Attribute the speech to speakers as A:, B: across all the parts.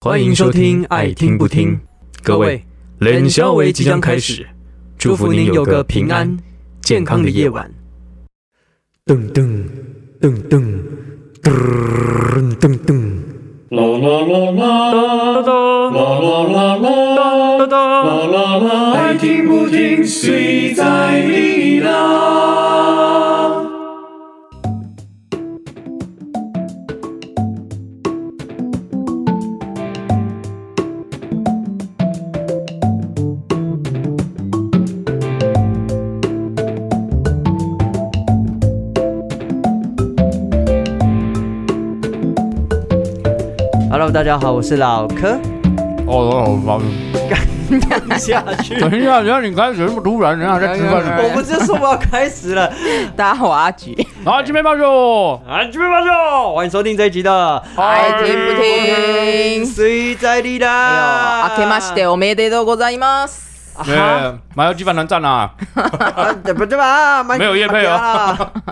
A: 欢迎收听《爱听不听》，各位，冷消维即将开始，祝福您有个平安健康的夜晚。
B: 噔噔噔噔噔噔噔，
C: 啦啦啦啦啦啦啦啦啦啦啦啦，爱听不听谁在你啦？
D: Hello，大家好，我是老柯。
E: 哦哦，老等一下，哎等一下，你开始这么突然，人家啊在吃饭。
D: 我不是说我要开始了，
F: 大家好，我阿菊。
E: 啊，这边报数，
D: 啊，这边马上，欢迎收听这一集的
F: 爱听不听
D: 谁在你啦？
F: 哎阿 K 马西德，我们也得ございます。
E: 对，麻油鸡饭团赞啊！
D: 啊，对不对吧？蛮
E: 没有业配哦。
D: 啊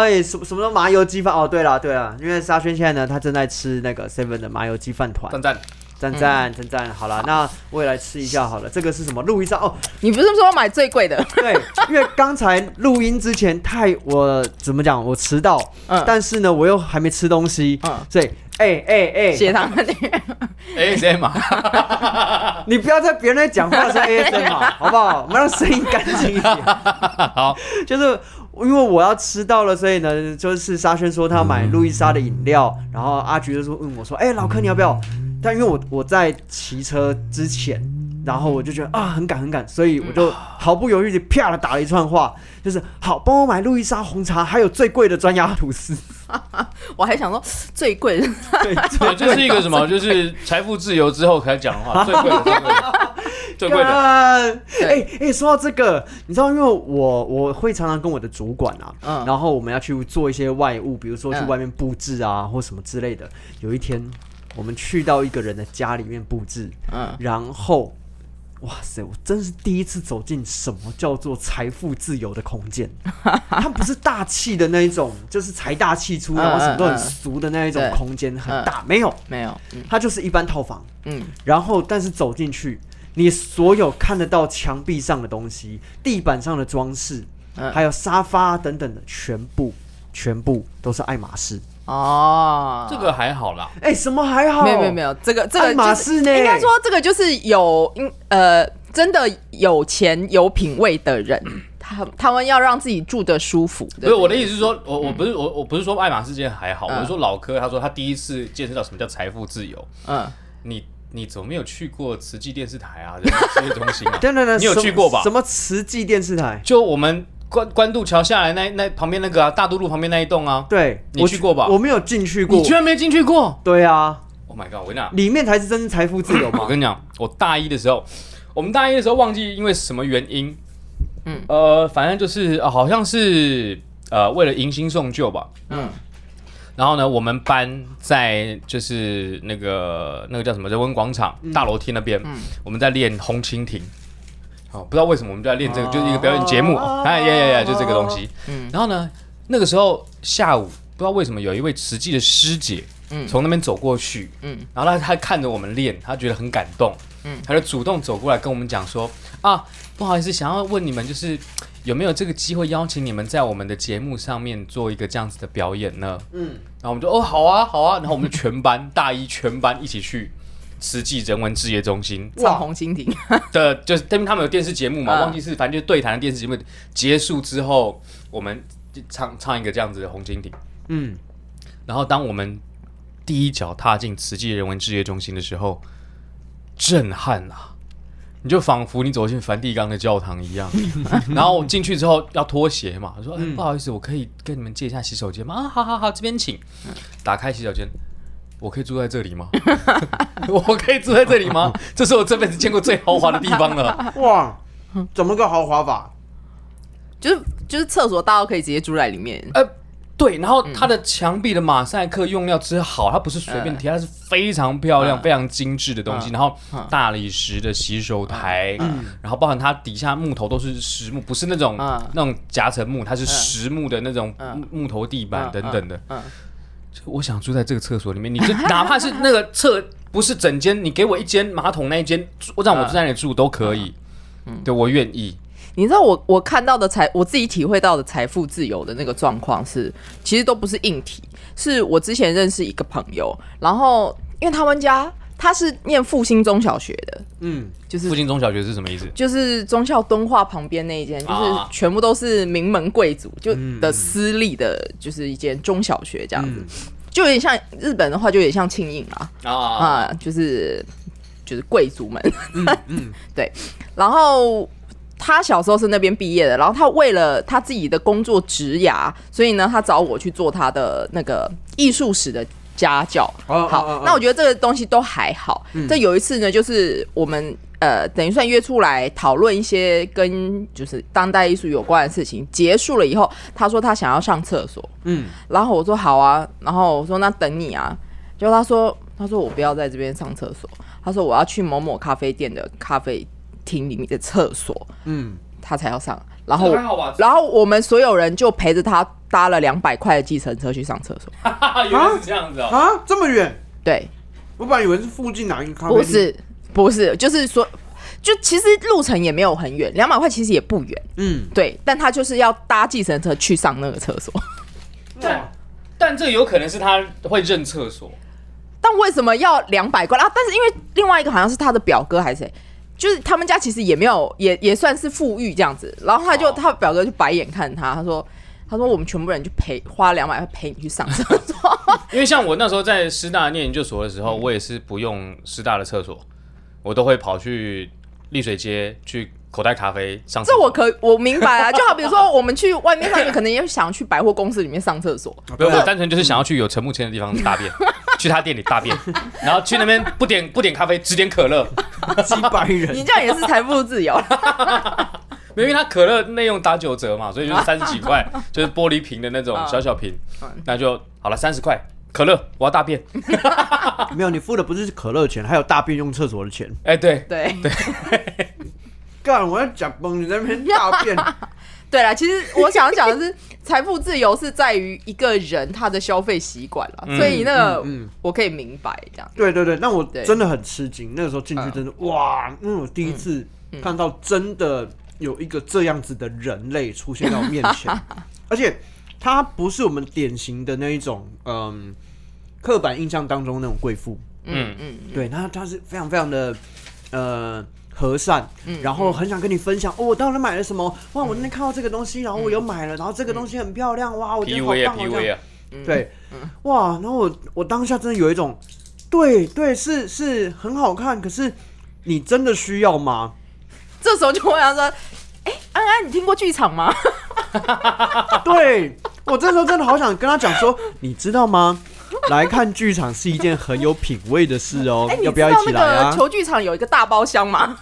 D: 哎，什么什么都麻油鸡饭哦？对了对了，因为沙宣现在呢，他正在吃那个 Seven 的麻油鸡饭团
E: 赞，赞，
D: 赞赞赞赞。好了，那我也来吃一下好了。这个是什么？录一下哦，
F: 你不是说要买最贵的？
D: 对，因为刚才录音之前太我怎么讲，我迟到，
F: 嗯
D: 但是呢，我又还没吃东西，
F: 嗯
D: 所以哎哎哎，
F: 血糖那里。
E: 哎，谁嘛？
D: 你不要在别人在讲话的时候 ASM 嘛，好不好？我们让声音干净一点。
E: 好，
D: 就是因为我要吃到了，所以呢，就是沙宣说他要买路易莎的饮料，然后阿菊就说问我说：“哎、老柯你要不要？”但因为我我在骑车之前，然后我就觉得啊很赶很赶，所以我就毫不犹豫的啪的打了一串话，就是好帮我买路易莎红茶，还有最贵的砖鸭吐司。
F: 我还想说最贵的，
D: 对，
E: 对， 这是一个什么？ 就是财富自由之后才讲的 话，最贵的，最贵的，
D: 干
F: 对
D: 哎哎，说到这个，你知道，因为我我会常常跟我的主管啊，
F: 嗯
D: 然后我们要去做一些外务，比如说去
F: 嗯
D: 外面布置啊，或什么之类的。有一天，我们去到一个人的家里面布置，
F: 嗯，
D: 然后，哇塞，我真是第一次走进什么叫做财富自由的空 间。它不是大气的那一种，就是财大气粗，然后什么都
F: 嗯嗯
D: 很
F: 嗯
D: 俗的那一种
F: 对
D: 空间，很大，没有，
F: 没有，嗯
D: 它就是一般套房。
F: 嗯，
D: 然后但是走进去，你所有看得到墙壁上的东西、地板上的装饰，
F: 嗯
D: 还有沙发等等的，全部全部都是爱马仕。
F: 哦，
E: 这个还好啦。
D: 哎、什么还好？
F: 没有没有没有，这个这个、就
D: 爱
F: 是、
D: 马仕呢
F: 应该说这个就是有嗯呃真的有钱有品味的人，他他们要让自己住的舒服。
E: 不
F: 对
E: 是
F: 不对
E: 我的意思是说，我我不是我我不是说爱马仕这件还好，我是说老柯他说他第一次见识到什么叫财富自由。
F: 嗯，
E: 你你怎么没有去过慈济电视台啊？人民事业中 心啊？
D: 等等等，
E: 你有
D: 什么
E: 去过吧
D: 什么慈济电视台？
E: 就我们关关渡桥下来那那旁边那个啊，大渡路旁边那一栋啊，
D: 对，
E: 你
D: 我
E: 去过吧
D: 我没有进去过
E: 你居。然没进去过
D: 对啊，
E: ？Oh my god！我跟你讲，
D: 里面才是真正财富自 由
E: 我
D: 嘛。
E: 跟你讲，我大一的时候，我们大一的时候忘记因为什么原因，
F: 嗯
E: 呃，反正就是、呃好像是呃为了迎新送旧吧，
F: 嗯
E: 嗯。然后呢，我们班在就是那个那个叫什么人文广场
F: 嗯
E: 大楼梯那边，我们在练红蜻蜓。哦，不知道为什么我们就在练这个，就是一个表演节目，
D: 哦
E: 哎呀呀呀，就这个东西。
F: 嗯
E: 然后呢，那个时候下午不知道为什么有一位慈济的师姐，
F: 嗯
E: 从那边走过去，
F: 嗯
E: 然后她她看着我们练，她觉得很感动，
F: 嗯
E: 她就主动走过来跟我们讲说啊，不好意思，想要问你们就是有没有这个机会邀请你们在我们的节目上面做一个这样子的表演呢？
D: 嗯，
E: 然后我们就哦好啊好啊，然后我们就全班大一全班一起去。慈济人文置业中心
F: 唱红蜻蜓，
E: 的，就是因为他们有电视节目嘛，
F: 嗯
E: 忘记是反正就是对谈的电视节目结束之后，我们就唱唱一个这样子的《红蜻蜓》。
D: 嗯，
E: 然后当我们第一脚踏进慈济人文置业中心的时候，震撼啊！你就仿佛你走进梵蒂冈的教堂一样。然后进去之后要脱鞋嘛，我说、哎不好意思，我可以跟你们借一下洗手间吗？啊，好好好，这边请。 打开洗手间。我可以住在这里吗？ 我可以住在这里吗？ 这是我这辈子见过最豪华的地方了。
D: 哇，怎么个豪华法？
F: 就是就是厕所大到可以直接住在里面。
E: 呃，对，然后
F: 嗯
E: 它的墙壁的马赛克用料之好，它不是随便贴，它是非常漂亮、
F: 嗯
E: 非常精致的东西。
F: 嗯
E: 然后
F: 嗯
E: 大理石的洗手台，然后包含它底下木头都是实木，不是那种
F: 嗯
E: 那种夹层木，它是实木的那种木木头地板等等的。
F: 嗯，
E: 我想住在这个厕所里面，你就哪怕是那个厕不是整间，你给我一间马桶那一间，住让我在那里住都可以，
F: 嗯
E: 对我愿意。
F: 你知道我我看到的财，我自己体会到的财富自由的那个状况是，其实都不是硬体，是我之前认识一个朋友，然后因为他们家他是念复兴中小学的，
D: 嗯，
F: 就是
E: 附近中小学是什么意思？
F: 就是忠孝敦化旁边那一间，就是
E: 啊
F: 全部都是名门贵族就的私立的，就是一间中小学这样子，就有点像日本的话，就有点像庆应啦，
E: 啊，
F: 啊，就是就是贵族们，
D: 嗯
F: 对。然后他小时候是那边毕业的，然后他为了他自己的工作职涯，所以呢，他找我去做他的那个艺术史的。家教，
D: 哦哦
F: 好，
D: 哦嗯
F: 那我觉得这个东西都还好。这有一次呢，就是我们呃，等于算约出来讨论一些跟就是当代艺术有关的事情。结束了以后，他说他想要上厕所，
D: 嗯，
F: 然后我说好啊，然后我说那等你啊，结果他说他说我不要在这边上厕所，他说我要去某某咖啡店的咖啡厅里面的厕所，
D: 嗯，
F: 他才要上，然后
E: 这还好吧
F: 然后我们所有人就陪着他搭了两百块的计程车去上厕所，
E: 原来是这样子啊，
D: 啊，这么远，
F: 对，
D: 我本来以为是附近哪一个咖啡
F: 不
D: 厅，
F: 是不是，就是说就其实路程也没有很远，两百块其实也不远，
D: 嗯，
F: 对，但他就是要搭计程车去上那个厕所。
E: 但但这有可能是他会认厕所，
F: 但为什么要两百块啊？但是因为另外一个好像是他的表哥还是谁，就是他们家其实也没有，也也算是富裕这样子。然后他就、
E: 哦
F: 他表哥就白眼看他，他说他说我们全部人就陪花两百块陪你去上厕所。
E: 因为像我那时候在师大念研究所的时
D: 嗯
E: 候，我也是不用师大的厕所，我都会跑去丽水街去口袋咖啡上厕
F: 这我
E: 所。
F: 可我明白啊，就好比如说我们去外面上学，可能也想去百货公司里面上厕所，
E: 没有，我单纯就是想要去有陈木谦的地
D: 嗯
E: 方大便，去他店里大 便，然后去那边不点不点咖啡，只点可乐，
D: 几百人，
F: 你 这样也是财富 自由。
E: 没有因为他可乐内用打九折嘛，所以就是三十几 块，就是玻璃瓶的那
D: 嗯
E: 种小小瓶，那就好了，三十块可乐，我要大便。
D: 没有，你付的不是可乐钱，还有大便用厕所的钱。
E: 哎，对，
F: 对
D: 干，我要讲崩，你在那边大便，
F: 对啦，其实我想讲的是，财富自由是在于一个人他的消费习惯了，所以那个
D: 嗯嗯
F: 我可以明白这样。
D: 对对对，那我
F: 对嗯
D: 真的很吃惊，那个时候进去真的哇，因为我第一次看到真的有一个这样子的人类出现在我面 前，而且她不是我们典型的那一种，嗯，刻板印象当中那种贵妇，
E: 嗯
F: 嗯
D: 对，那她是非常非常的，呃。和善，
F: 嗯
D: 然后很想跟你分享哦，我当时买了什么哇！我那天看到这个东西，然后我有买了，然后这个东西很漂亮哇！我觉得好
E: ，PUA 啊
D: 棒哦，这样
E: PUA 啊，
F: 嗯
D: 对，哇！然后我我当下真的有一种，对对，是是很好看，可是你真的需要吗？
F: 这时候就会想说：“哎、安安，你听过剧场吗？
D: 对我这时候真的好想跟他讲说，你知道吗？来看剧场是一件很有品味的事哦，
F: 哎、你
D: 要
F: 知
D: 不要
F: 道
D: 一起
F: 那
D: 来啊
F: 个？球剧场有一个大包厢 吗？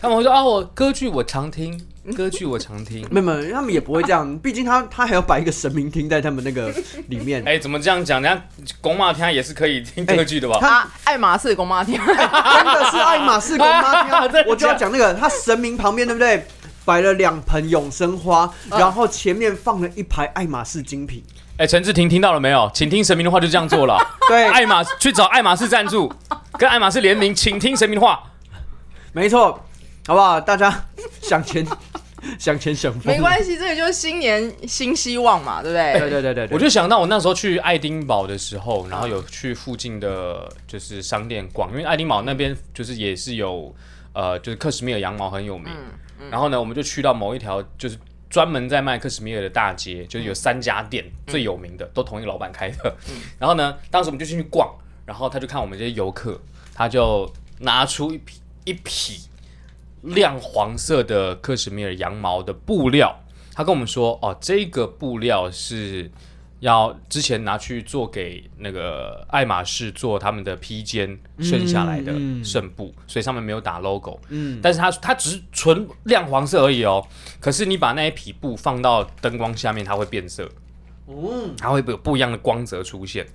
E: 他们会说啊，我歌剧我常听，歌剧我常听。
D: 没有没有，他们也不会这样，毕竟他他还要摆一个神明厅在他们那个里面。
E: 哎、怎么这样讲？人家公骂天也是可以听歌剧的
D: 哎
E: 吧？
F: 啊，爱马仕公 妈店，
D: 真的是爱马仕跟妈
E: 真的
D: 我就要讲那个，他神明旁边对不对？摆了两盆永生花，然后前面放了一排爱马仕精品。
E: 哎、陈志婷听到了没有？请听神明的话，就这样做了。
D: 对，
E: 爱马去找爱马仕赞助，跟爱马仕联名，请听神明的话。
D: 没错，好不好？大家想钱，想钱想 疯。
F: 没关系，这个就是新年新希望嘛，对不对？
D: 对对对对对，
E: 我就想到我那时候去爱丁堡的时候，然后有去附近的就是商店逛，因为爱丁堡那边就是也是有呃，就是克什米尔羊毛很有名。
D: 嗯
E: 然后呢，我们就去到某一条就是专门在卖克什米尔的大街，
D: 嗯
E: 就是有三家店、最有名的，都同一个老板开的。
D: 嗯
E: 然后呢，当时我们就进去逛，然后他就看我们这些游客，他就拿出一匹一匹亮黄色的克什米尔羊毛的布料，他跟我们说，哦，这个布料是要之前拿去做给那个爱马仕做他们的披肩剩下来的剩布，所以上面没有打 logo，嗯，但是它它只是纯亮黄色而已哦，可是你把那一匹布放到灯光下面，它会变色，嗯，它会有不一样的光泽出现。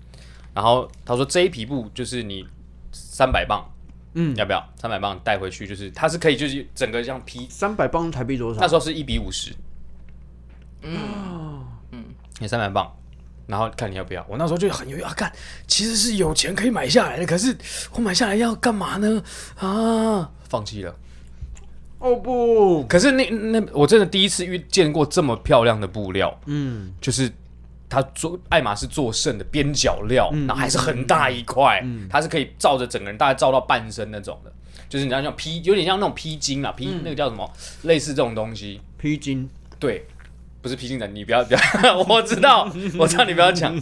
E: 然后他说这一匹布就是你三百磅，嗯，要不要三百磅带回去？就是它是可以就是整个像披
D: 三百磅台币多少？
E: 那时候是一比五十，嗯嗯，也三百磅，然后看你要不要。我那时候就很犹豫啊，干，其实是有钱可以买下来的，可是我买下来要干嘛呢？啊，放弃了。
D: 哦不，
E: 可是那那我真的第一次遇见过这么漂亮的布料，
D: 嗯，
E: 就是它做爱马仕做剩的边角料，然后还是很大一块，它是可以罩着整个人，大概罩到半身那种的，就是你像像披，有点像那种披巾啊，披、那个叫什么，类似这种东西，
D: 披巾，
E: 对，不是披巾的，你不要不要， 我知道，我知道你不 要讲，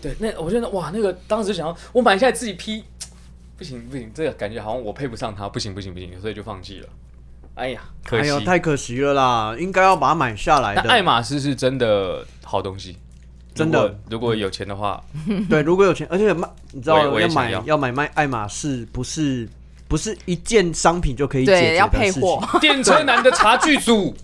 E: 对，那我觉得哇，那个当时想要我买下来自己披，不行不行，这个感觉好像我配不上它，不行不行不行，所以就放弃了。哎呀，可
D: 哎
E: 惜，
D: 呦，太可惜了啦，应该要把它买下来
E: 但爱
D: 的。
E: 马仕是真的好东西，
D: 真的嗯
E: 如果。如果有钱的话，
D: 对，如果有钱，而且卖，你知道
E: 我也我也
D: 要
E: 想
D: 买
E: 要
D: 要买卖爱马仕，不是不是一件商品就可以解决
F: 对，
D: 的
F: 要配
D: 事情
F: 货，，
E: 电车男的茶具 组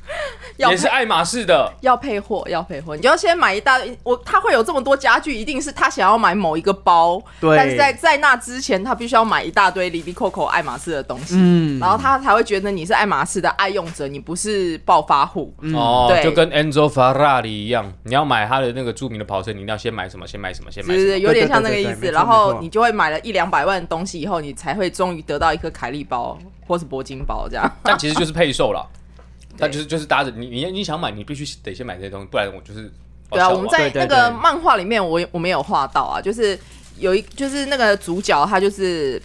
F: 要
E: 也是
F: 配
E: 爱马仕的。
F: 要配货，要配货，你就要先买一大堆。我他会有这么多家具，一定是他想要买某一个包，
D: 对
F: 但是在在那之前，他必须要买一大堆里里扣扣爱马仕的东西，
D: 嗯
F: 然后他才会觉得你是爱马仕的爱用者，你不是暴发户。
D: 嗯
E: 哦，
F: 对
E: 就跟 Enzo Ferrari 一样，你要买他的那个著名的跑车，你一定要先买什么，先买什么，先买
F: 就
E: 什么。
F: 是有点像那个意
D: 对对对对
F: 思，
D: 没错
F: 然
D: 没
F: 后
D: 错
F: 你就会买了一两百万的东西，以后你才会终于得到一颗凯利包或是铂金包这样。
E: 但其实就是配售 啦，但就是就是搭着你你你想买，你必须得先买这些东西，不然我就是哦
F: 对啊，
E: 笑
F: 我们
D: 对
F: 在
D: 对
F: 那个
D: 对
F: 漫画里面我，我们有画到啊，就是有一就是那个主角他就是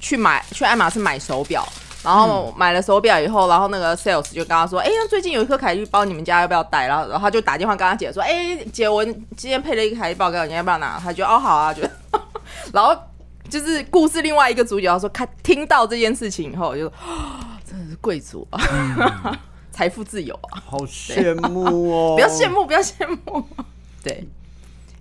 F: 去买去爱马仕买手表，
D: 嗯
F: 然后买了手表以后，然后那个 sales 就跟他说，哎、那最近有一颗凯利包，你们家要不要带？然后然后他就打电话跟他姐说，哎、姐，我今天配了一个凯利包给我，你要不要拿？他就哦好啊，就 然后。就是故事另外一个主角说，看听到这件事情以后，我就、 哦、真的是贵族啊， 财富自由啊！
D: 好羡慕嗯哦！
F: 不要羡，慕，不要羡慕。 对，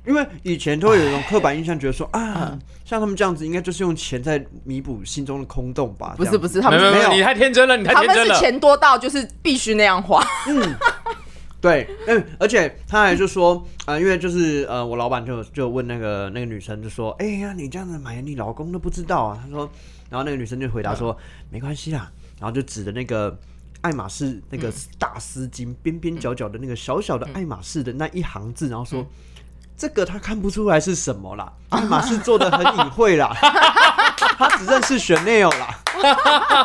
D: 因为以前都会有一种刻板印象，觉得说
F: 嗯
D: 啊，像他们这样子，应该就是用钱在弥补心中的空洞吧？
F: 不
D: 这
F: 是
D: 样
F: 不
D: 子，
F: 是，他们
E: 没有
D: 没
E: 没
D: 有
E: 有，你太天真了，你太
F: 他
E: 天
F: 们
E: 真
F: 是
E: 了。
F: 钱多到就是必须那样花，
D: 对，嗯，而且他还就说啊、因为就是呃，我老板就就问那个那个女生就说，哎、呀，你这样子买，你老公都不知道啊。他说，然后那个女生就回答说，没关系啦，然后就指着那个。爱马仕那个大丝巾边边角角的那个小小的爱马仕的那一行字，然后说这个他看不出来是什么啦，爱马仕做的很隐晦啦，他只认识 Chanel 啦。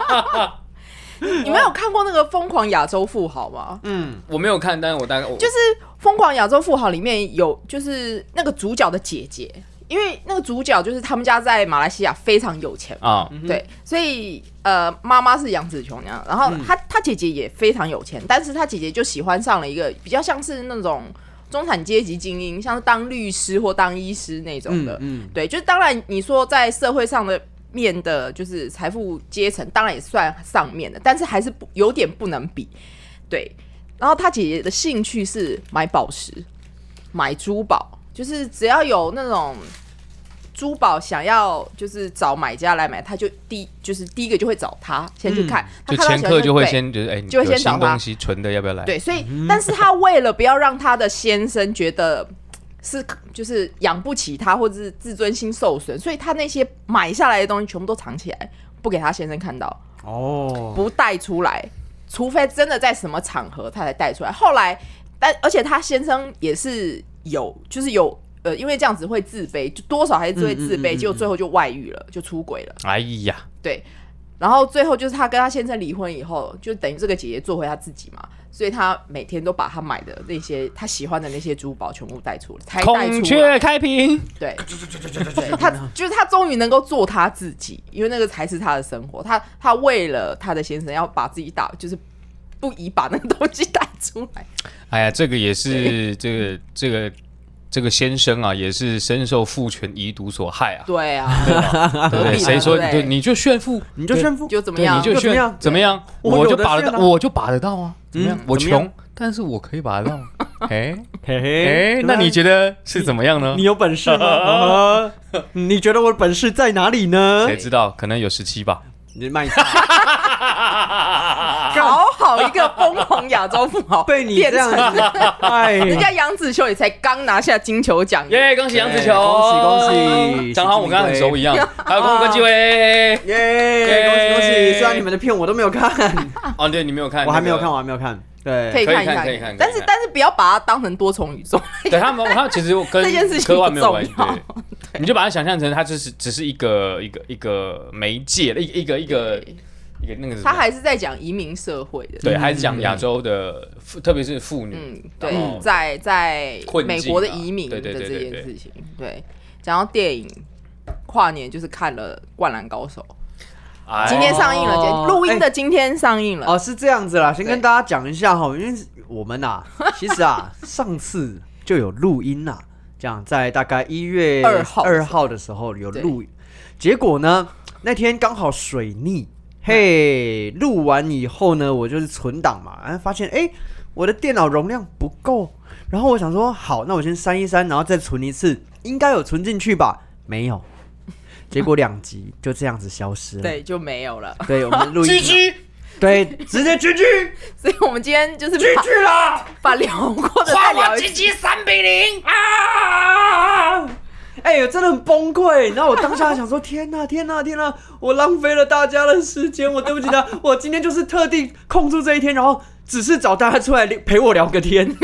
F: 你没有看过那个《疯狂亚洲富豪》吗？
E: 我没有看，但是我大概我
F: 就是《疯狂亚洲富豪》里面有，就是那个主角的姐姐，因为那个主角就是他们家在马来西亚非常有钱嘛，
E: 啊，
F: 对，所以呃，妈妈是杨紫琼那样，然
E: 嗯
F: 后她她姐姐也非常有钱，但是她姐姐就喜欢上了一个比较像是那种中产阶级精英，像是当律师或当医师那种的，
D: 嗯
F: 对，就是当然你说在社会上的。面的就是财富阶层，当然也算上面的，但是还是不有点不能比，对。然后她姐姐的兴趣是买宝石，买珠宝，就是只要有那种珠宝想要就是找买家来买，他就第就是第一个就会找他先去看，
E: 嗯
F: 他
E: 就
F: 看到
E: 前
F: 喜欢
E: 客就会
F: 对
E: 先觉得哎，你
F: 就会
E: 有
F: 先
E: 新
F: 找他
E: 东西纯的要不要来？
F: 对，所以但是他为了不要让他的先生觉得。是，就是养不起他，或者是自尊心受损，所以他那些买下来的东西全部都藏起来，不给他先生看到。
D: 哦，
F: 不带出来，除非真的在什么场合他才带出来。后来，但而且他先生也是有，就是有呃，因为这样子会自卑，就多少还是会自卑，结果最后就外遇了，就出轨了。
E: 哎呀，
F: 对，然后最后就是他跟他先生离婚以后，就等于这个姐姐做回她自己嘛，所以她每天都把她买的那些她喜欢的那些珠宝全部带出来，才带
E: 孔
F: 出
E: 雀
F: 来。
E: 开屏，
F: 对，对，她就是她终于能够做她自己，因为那个才是她的生活。她她为了她的先生要把自己打，就是不宜把那个东西带出来。
E: 哎呀，这个也是这个这个这个先生啊，也是深受父权遗毒所害啊。
F: 对啊，
E: 对不
F: 何
E: 对？
F: 必呢
E: 谁说
F: 对
E: 你
F: 不
E: 就
F: 对
E: 你就炫富，
D: 你就炫富，
F: 就怎么
E: 对，
F: 样？
E: 你就
D: 就怎么
E: 炫
D: 样
E: 怎么样？
D: 我
E: 我
D: 有
E: 就
D: 的
E: 把得
D: 炫
E: 到，
D: 啊
E: 我就把得到啊！怎么样
D: 嗯？
E: 我
D: 怎么样
E: 穷，但是我可 以把得到。哎
D: 嘿嘿
E: 哎，那
D: 啊
E: 你觉得是怎么 样呢
D: 你？有本事吗啊？你觉得我的本事在哪里呢？
E: 谁知道？可能有十七吧。
D: 你 卖惨啊
F: 好好一个疯狂亚洲富豪，
D: 被你
F: 变
D: 这样
F: 成
D: 子，哎，
F: 人家杨紫琼也才刚拿下金球奖，
E: 耶！恭喜杨子
D: 哎
E: 球，
D: 恭喜恭喜
E: 讲好我跟他很熟 一样。还有空哥机会。
D: 耶！恭喜恭喜！虽然你们的片我都没有看，
E: 哦，对你没有看，
D: 啊我还没有
E: 那
D: 看，
E: 个
D: 我还没有看。
F: 可
D: 对，
F: 以看
E: 可
F: 一
E: 以
F: 下，
E: 看可以看
F: 但
E: 可以
F: 是
E: 看
F: 但是不要把它当成多重宇 宙，
E: 对他们，他其实 跟
F: 这件事情
E: 科幻
F: 不
E: 没有
F: 重
E: 关系，
F: 要
E: 对你就把它想象成它就是只是一个一个一个媒介，一个一个一个一个那个是什么
F: 他还是在讲移民社会的。
E: 对，还是讲亚洲的妇，特别是妇女，
F: 嗯，
E: 然
F: 对，
E: 后
F: 在在
E: 困境
F: 美
E: 啊
F: 国的移民
E: 对
F: 的
E: 对对
F: 这
E: 对
F: 件
E: 对
F: 事情，对，讲到电影。跨年就是看了《灌篮高手》，
E: 哎
F: 今天上映了，今天录音的今天上映了。
D: 哦，是这样子啦，先
F: 对
D: 跟大家讲一下哈，因为我们 呐、其实啊，上次就有录音呐、这样在大概一月
F: 二号的时候
D: 二号的时候有录，结果呢，那天刚好水逆，嘿，录完以后呢，我就是存档嘛，然后发现哎、我的电脑容量不够，然后我想说，好，那我先删一删，然后再存一次，应该有存进去吧？没有，结果两集就这样子消失了。
F: 对，就没有了。
D: 对，我们录音，对，直接 GG，
F: 所以我们今天就是把把聊过的再聊一次。
D: 哎、呦，真的很崩溃。然后我当下想说：天呐，天呐，天呐，我浪费了大家的时间，我对不起他。我今天就是特地空出这一天，然后只是找大家出来陪我聊个天，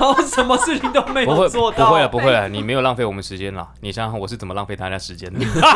D: 然后什么事情都没
E: 不会
D: 有做
E: 不
D: 到。
E: 会了，不会了，你没有浪费我们时间了。你想想我是怎么浪费大家时间的？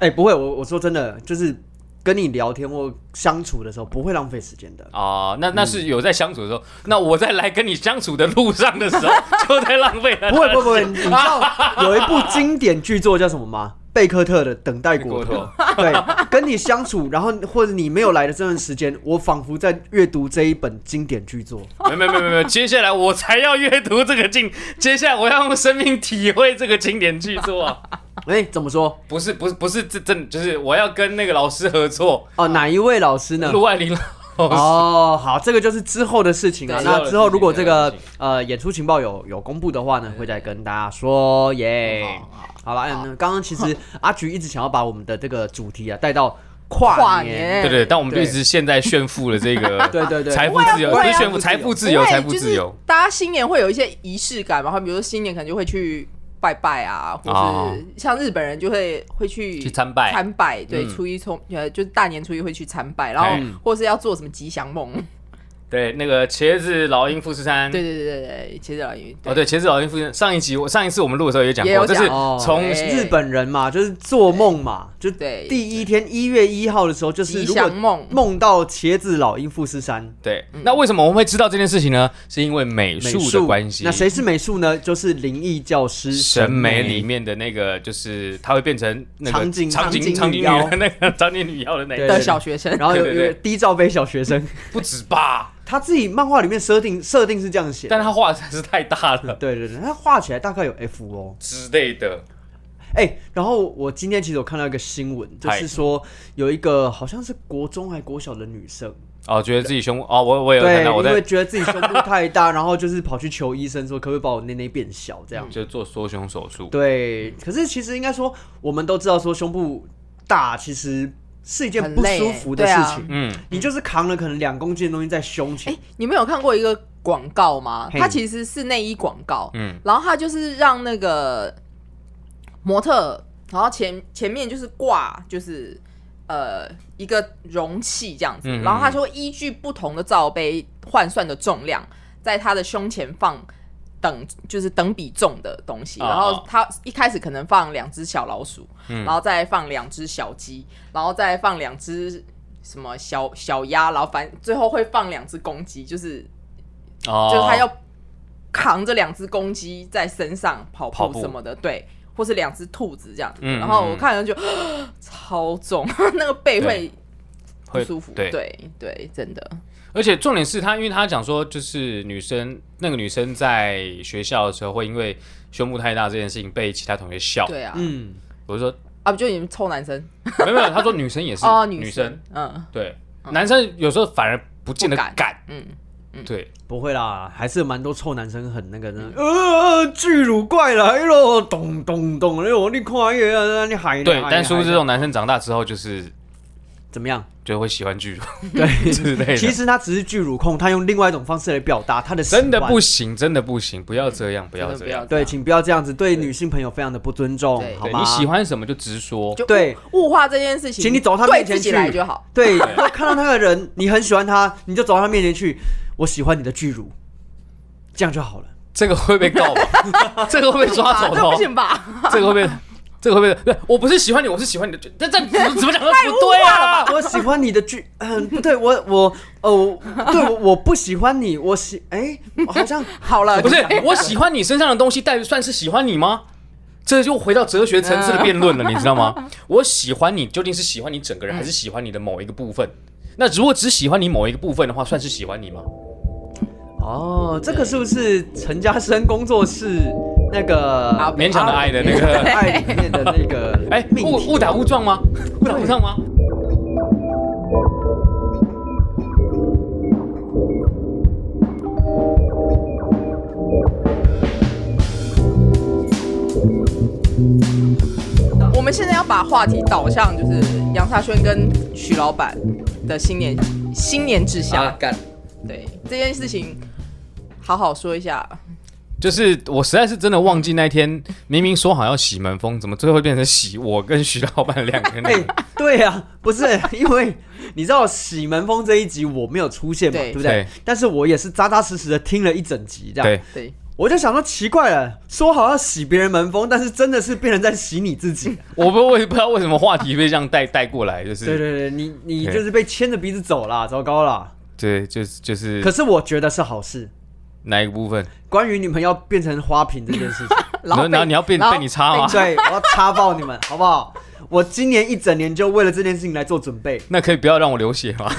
D: 哎、不会，我我说真的，就是跟你聊天或相处的时候不会浪费时间的。
E: 啊，那那是有在相处的时候，那我在来跟你相处的路上的时候，就在浪费 了。
D: 不会，不会，不会，你知道有一部经典巨作叫什么吗？贝克特的《等待果
E: 贝
D: 陀
E: 克》。
D: 对，跟你相处，然后或者你没有来的这段时间，我仿佛在阅读这一本经典巨 作。
E: 没没没没没，接下来我才要阅读这个经，接下来我要用生命体会这个经典巨作啊、
D: 哎、怎么说？
E: 不是不是不是这真就是我要跟那个老师合作，
D: 哦，哪一位老师呢？
E: 陆爱玲老师。
D: 哦，好，这个就是之后的事情了。
E: 对
D: 那之后如果这个
E: 之后的事
D: 呃演出情报有有公布的话呢，会再跟大家说耶。好了，哎那刚刚其 实阿菊一直想要把我们的这个主题啊带到跨
F: 跨
D: 年，
F: 年
E: 对对，但我们就
D: 对
E: 一直现在炫富了这个
D: 对对对
E: 财富自由
F: 不
E: 不
F: 会
E: 是
F: 啊不会啊
E: 炫富，财富自由，
F: 不会
E: 财富自
F: 就
E: 由
F: 是。大家新年会有一些仪式感嘛，比如说新年可能就会去拜拜啊，或
E: 哦
F: 是像日本人就会会去
E: 去参拜
F: 参拜对，
E: 嗯
F: 初一初呃就是大年初一会去参拜，然后
E: 嗯
F: 或是要做什么吉祥梦，
E: 对，那个茄子老鹰富士山。
F: 对对对对对，其实老爷
E: 哦，对，茄子老鹰富士山。上一集我上一次我们录的时候也讲
F: 也
E: 过，
F: 有
E: 这
F: 讲
E: 是
D: 哦
E: 从
F: 对
D: 日本人嘛，就是做梦嘛，就
F: 哎对
D: 第一天一月一号的时候，就是
F: 吉
D: 如果
F: 祥梦
D: 梦到茄子老鹰富士山
E: 对。
F: 嗯
E: 那为什么我们会知道这件事情呢？是因为美
D: 美
E: 术的关系。
D: 那谁是美术呢？就是灵异教师
E: 审美里面的那个，就是它会变成那个
D: 场景
E: 场景
D: 场景女
E: 景女
D: 妖
E: 的 那个场景女妖的那
D: 对
E: 个，
F: 的小学生，
D: 然后有
E: 对
D: 有
E: 对
D: 个
E: 对
D: 低罩杯小学 生，
E: 不止吧？
D: 他自己漫画里面设定设定是这样写的，
E: 但它画的实在是太大了
D: 对对对，他画起来大概有 F 哦。
E: 之类的。
D: 哎、然后我今天其实有看到一个新闻，就
E: 嗨
D: 是说有一个好像是国中还国小的女生，
E: 哦，觉得自己胸哦，我我也有看
D: 对，
E: 到，我
D: 因为
E: 在
D: 觉得自己胸部太大， 然后就是跑去求医生说可不可以把我内内变小这样。
E: 就做缩胸手术。
D: 对，可是其实应该说，我们都知道说胸部大其实是一件
F: 很
D: 不
F: 累
D: 舒
F: 欸
D: 服的
F: 对
D: 事
F: 啊
D: 情。
E: 嗯，
D: 你就是扛了可能两公斤的东西在胸前，
F: 哎、你们有看过一个广告吗？
D: 嘿
F: 它其实是内衣广告，
E: 嗯
F: 嗯，然后它就是让那个模特，然后前前面就是挂就是呃一个容器这样子，
E: 嗯嗯
F: 然后它就会依据不同的罩杯换算的重量，在他的胸前放。等就是等比重的东西，
E: 哦
F: 然后
E: 哦
F: 它一开始可能放两只小老鼠，
E: 嗯
F: 然后再放两只小鸡，然后再放两只什么小小鸭，然后反最后会放两只公鸡，就是、
E: 哦，
F: 就是他要扛着两只公鸡在身上跑
E: 跑
F: 步
E: 步
F: 什么的，对，或是两只兔子这样子。
E: 嗯
F: 然后
E: 嗯
F: 我看了就、 超重， 那个背会不
E: 会
F: 舒服，
E: 对，
F: 对对真的，
E: 而且重点是他，因为他讲说，就是女生那个女生在学校的时候，会因为胸部太大这件事情被其他同学笑。
F: 对啊，
D: 嗯，
E: 我就说
F: 啊不就你们臭男生
E: 没有没有，他说女生也是
F: 哦，
E: 女
F: 生，嗯
E: 对，男生有时候反而不见得
F: 不敢
E: 敢，
F: 嗯，
E: 对，
D: 不会啦，还是有蛮多臭男生很那个呢。呃，巨乳怪来了，哎咚咚咚，哎呦，你看那个，你海
E: 对，但殊不知这种男生长大之后就是
D: 怎么样？
E: 就会喜欢巨乳
D: 对，
E: 之类的。
D: 其实他只是巨乳控，他用另外一种方式来表达他的喜欢
E: 真的不行，真的不行，不要这样，不要
F: 真的
E: 这
F: 不
E: 样
F: 要。
D: 对，请不要这样子，对女性朋友非常的不尊重
F: 对，
D: 好
E: 对
D: 吗？
E: 你喜欢什么就直说，
F: 就
D: 对
F: 物物化这件事情，
D: 请你走到他
F: 对
D: 面前
F: 自己
D: 去
F: 来就好。
D: 对， 看到那个人，你很喜欢他，你就走到他面前去，我喜欢你的巨乳，这样就好了。
E: 这个会被告 吧？这个会被抓走
F: 这
E: 的
F: 不
E: 哦，
F: 行吧？
E: 这个会被，这个会被。对，我不是喜欢你，我是喜欢你的。这这这怎么讲都不对啊！
D: 我喜欢你的巨，嗯、不对，我我哦，对，我我不喜欢你，我喜，哎、好像
F: 好了，
E: 不是，我喜欢你身上的东西，代算是喜欢你吗？这就回到哲学层次的辩论了，你知道吗？我喜欢你究竟是喜欢你整个人，还是喜欢你的某一个部分？那如果只喜欢你某一个部分的话，算是喜欢你吗？
D: 哦，这个是不是陈嘉生工作室那
F: 好
D: 个
E: 勉强的爱的那
D: 个
E: 个，
D: 爱里面的那个
E: 啊哎，
D: 命
E: 误
D: 题
E: 误打误撞吗？误打误撞吗？
F: 我们现在要把话题导向就是杨大轩跟许老板的新年新年志向。
D: 啊
E: 干。
F: 对这件事情，好好说一下。
E: 就是我实在是真的忘记那天，明明说好要洗门风，怎么最后变成洗我跟徐老板两个人？
D: 哎、对啊，不是 因为你知道《喜门风》这一集我没有出现嘛，
F: 对
D: 对不
E: 对
D: 对？但是我也是扎扎实实的听了一整集，这样，
E: 对，
F: 对，
D: 我就想说奇怪了，说好要洗别人门风，但是真的是变成在洗你自己。啊
E: 我不我也不知道为什么话题被这样带带过来， 就是
D: 对对对，你你
E: 对
D: 就是被牵着鼻子走啦，糟糕啦。
E: 对，就是就是
D: 可是我觉得是好事。
E: 哪一个部分？
D: 关于你们要变成花瓶这件事 情，
F: 然后被
E: 然后你要被
F: 然后
E: 被你插吗
D: 对，我要插爆你们，好不好？我今年一整年就为了这件事情来做准备。
E: 那可以不要让我流血 吗？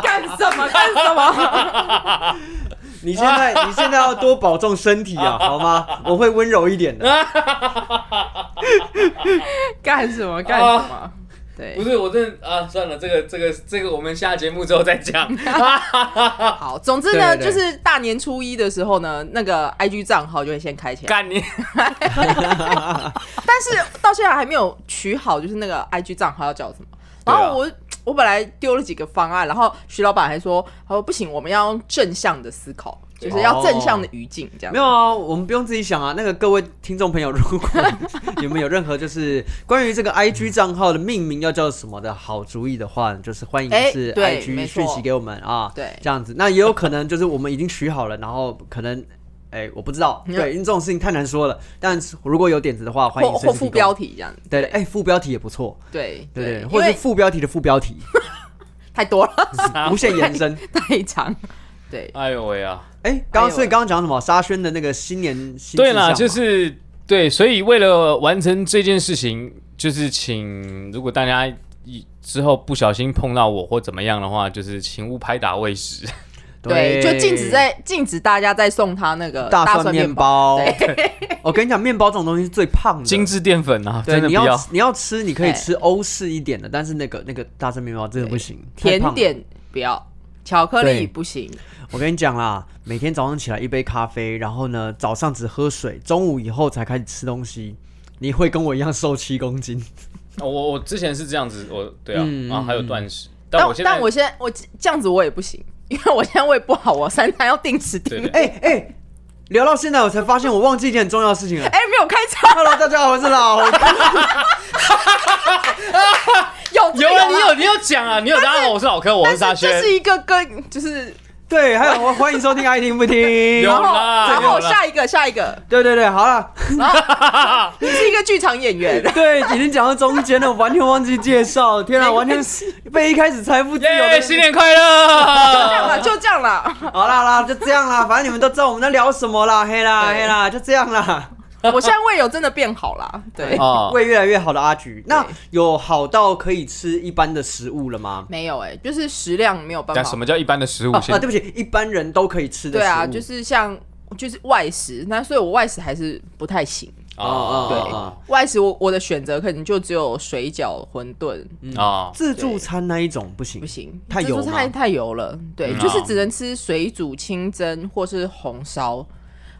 F: 干什么干什么？
D: 你现在你现在要多保重身体 啊，好吗？我会温柔一点的。
F: 干什
E: 啊
F: 么干什么？对，
E: 是，我真的啊，算了，这个这个这个，我们下节目之后再 讲。啊
F: 好，总之呢，
D: 对对
F: 就
D: 对
F: 是大年初一的时候呢，那个 IG 账号就会先开起来，
E: 干你！
F: 但是到现在还没有取好，就是那个 IG 账号要叫什么。然
E: 对啊
F: 后我、我本来丢了几个方案，然后徐老板还说，他说不行，我们要用正向的思考，就是要正向的语境这样。
D: 哦 没有啊，我们不用自己想啊。那个各位听众朋友，如果你们有任何就是关于这个
F: 嗯
D: IG 账号的命名要叫什么的好主意的话，就是欢迎
F: 哎
D: 是
F: 对
D: IG
F: 没错
D: 讯息给我们啊。
F: 对
D: 这样子。那也有可能就是我们已经取好了，然后可能。哎、我不知道，
F: 嗯
D: 对，因为这种事情太难说了。但是如果有点子的话，欢迎
F: 或
D: 随时
F: 或
D: 提供
F: 副标，题这样子，
D: 对，哎、副标题也不错，
F: 对
D: 对对，
F: 因
D: 或者是
F: 为
D: 副标题的副标题，
F: 太多了，
D: 无限延伸。
F: 太长， 对，
E: 哎呦喂啊！
D: 哎、刚
F: 哎
D: 刚
F: 呦
D: 所以刚刚讲什么？沙宣的那个新年新
E: 对
D: 啦，
E: 啦，就是对，所以为了完成这件事情，就是请如果大家一之后不小心碰到我或怎么样的话，就是请勿拍打喂食。
F: 对，就禁止在禁止大家再送他那个
D: 大
F: 蒜
D: 蒜面
F: 面。
D: 包。 我跟你讲，面包这种东西是最胖的。
E: 精致淀粉啊，
D: 对，
E: 真的
D: 你
E: 不要
D: 要。你要吃，你可以
F: 对
D: 吃欧式一点的，但是那个那个大蒜面包真的不行，太胖
F: 甜
D: 了。
F: 点不要，巧克力
D: 对
F: 不行，
D: 我跟你讲啦，每天早上起来一杯咖啡，然后呢早上只喝水，中午以后才开始吃东西，你会跟我一样瘦七公 斤。
E: 我我之前是这样子，我对啊，
D: 嗯
E: 然后还有断食，
F: 但
E: 我现在
F: 但我现在我这样子我也不行，因为我现在胃不好，我三餐要定时定
E: 对
F: 量。
E: 对
D: 哎哎、聊到现在我才发现我忘记一件很重要的事情了。
F: 哎、没有开场，
D: Hello，大家好，我是老
F: 有这个
E: 有啊，你
F: 啦
E: 有你有讲啊，你有大家好，我是老柯，我
F: 但
E: 是大
F: 是
E: 轩
F: 这，是一个跟就是，
D: 对，还有欢迎收听爱听不听。
E: 有
F: 然后
E: 啦
F: 然
E: 有
F: 后
E: 啦
F: 下一个下一个，
D: 对对对，好了，
F: 然后 你是一个剧场演员，
D: 对，已经讲到中间了，完全忘记介绍，天啊，
F: 没
D: 完
F: 关
D: 全被一开始财富自由
E: 耶，
D: 的
E: 新年快
F: 这样
E: 乐！
F: 啦，就这样啦。
D: 好啦好啦，就这样 啦，反正你们都知道我们在聊什么啦，嘿啦
F: 对
D: 嘿啦，就这样啦。
F: 我现在胃有真的变好啦，对，
E: 哦，
D: 胃越来越好的阿菊，那有好到可以吃一般的食物了吗？
F: 没有哎、就是食量没有办法
E: 讲什么叫一般的食物
D: 啊，
E: 先
D: 对？不起，一般人都可以吃的
F: 对
D: 食物。
F: 啊，就是像就是外食，那所以我外食还是不太行。
E: 啊
D: 哦
F: 对，
D: 哦
F: 外食我我的选择可能就只有水饺、馄饨，
E: 啊，
D: 自助餐那一种不行
F: 不，行，
D: 太
F: 自助
D: 油
F: 餐
D: 吗
F: 太太油了。对，
E: 嗯
F: 就是
E: 哦
F: 只能吃水煮清蒸或是红烧。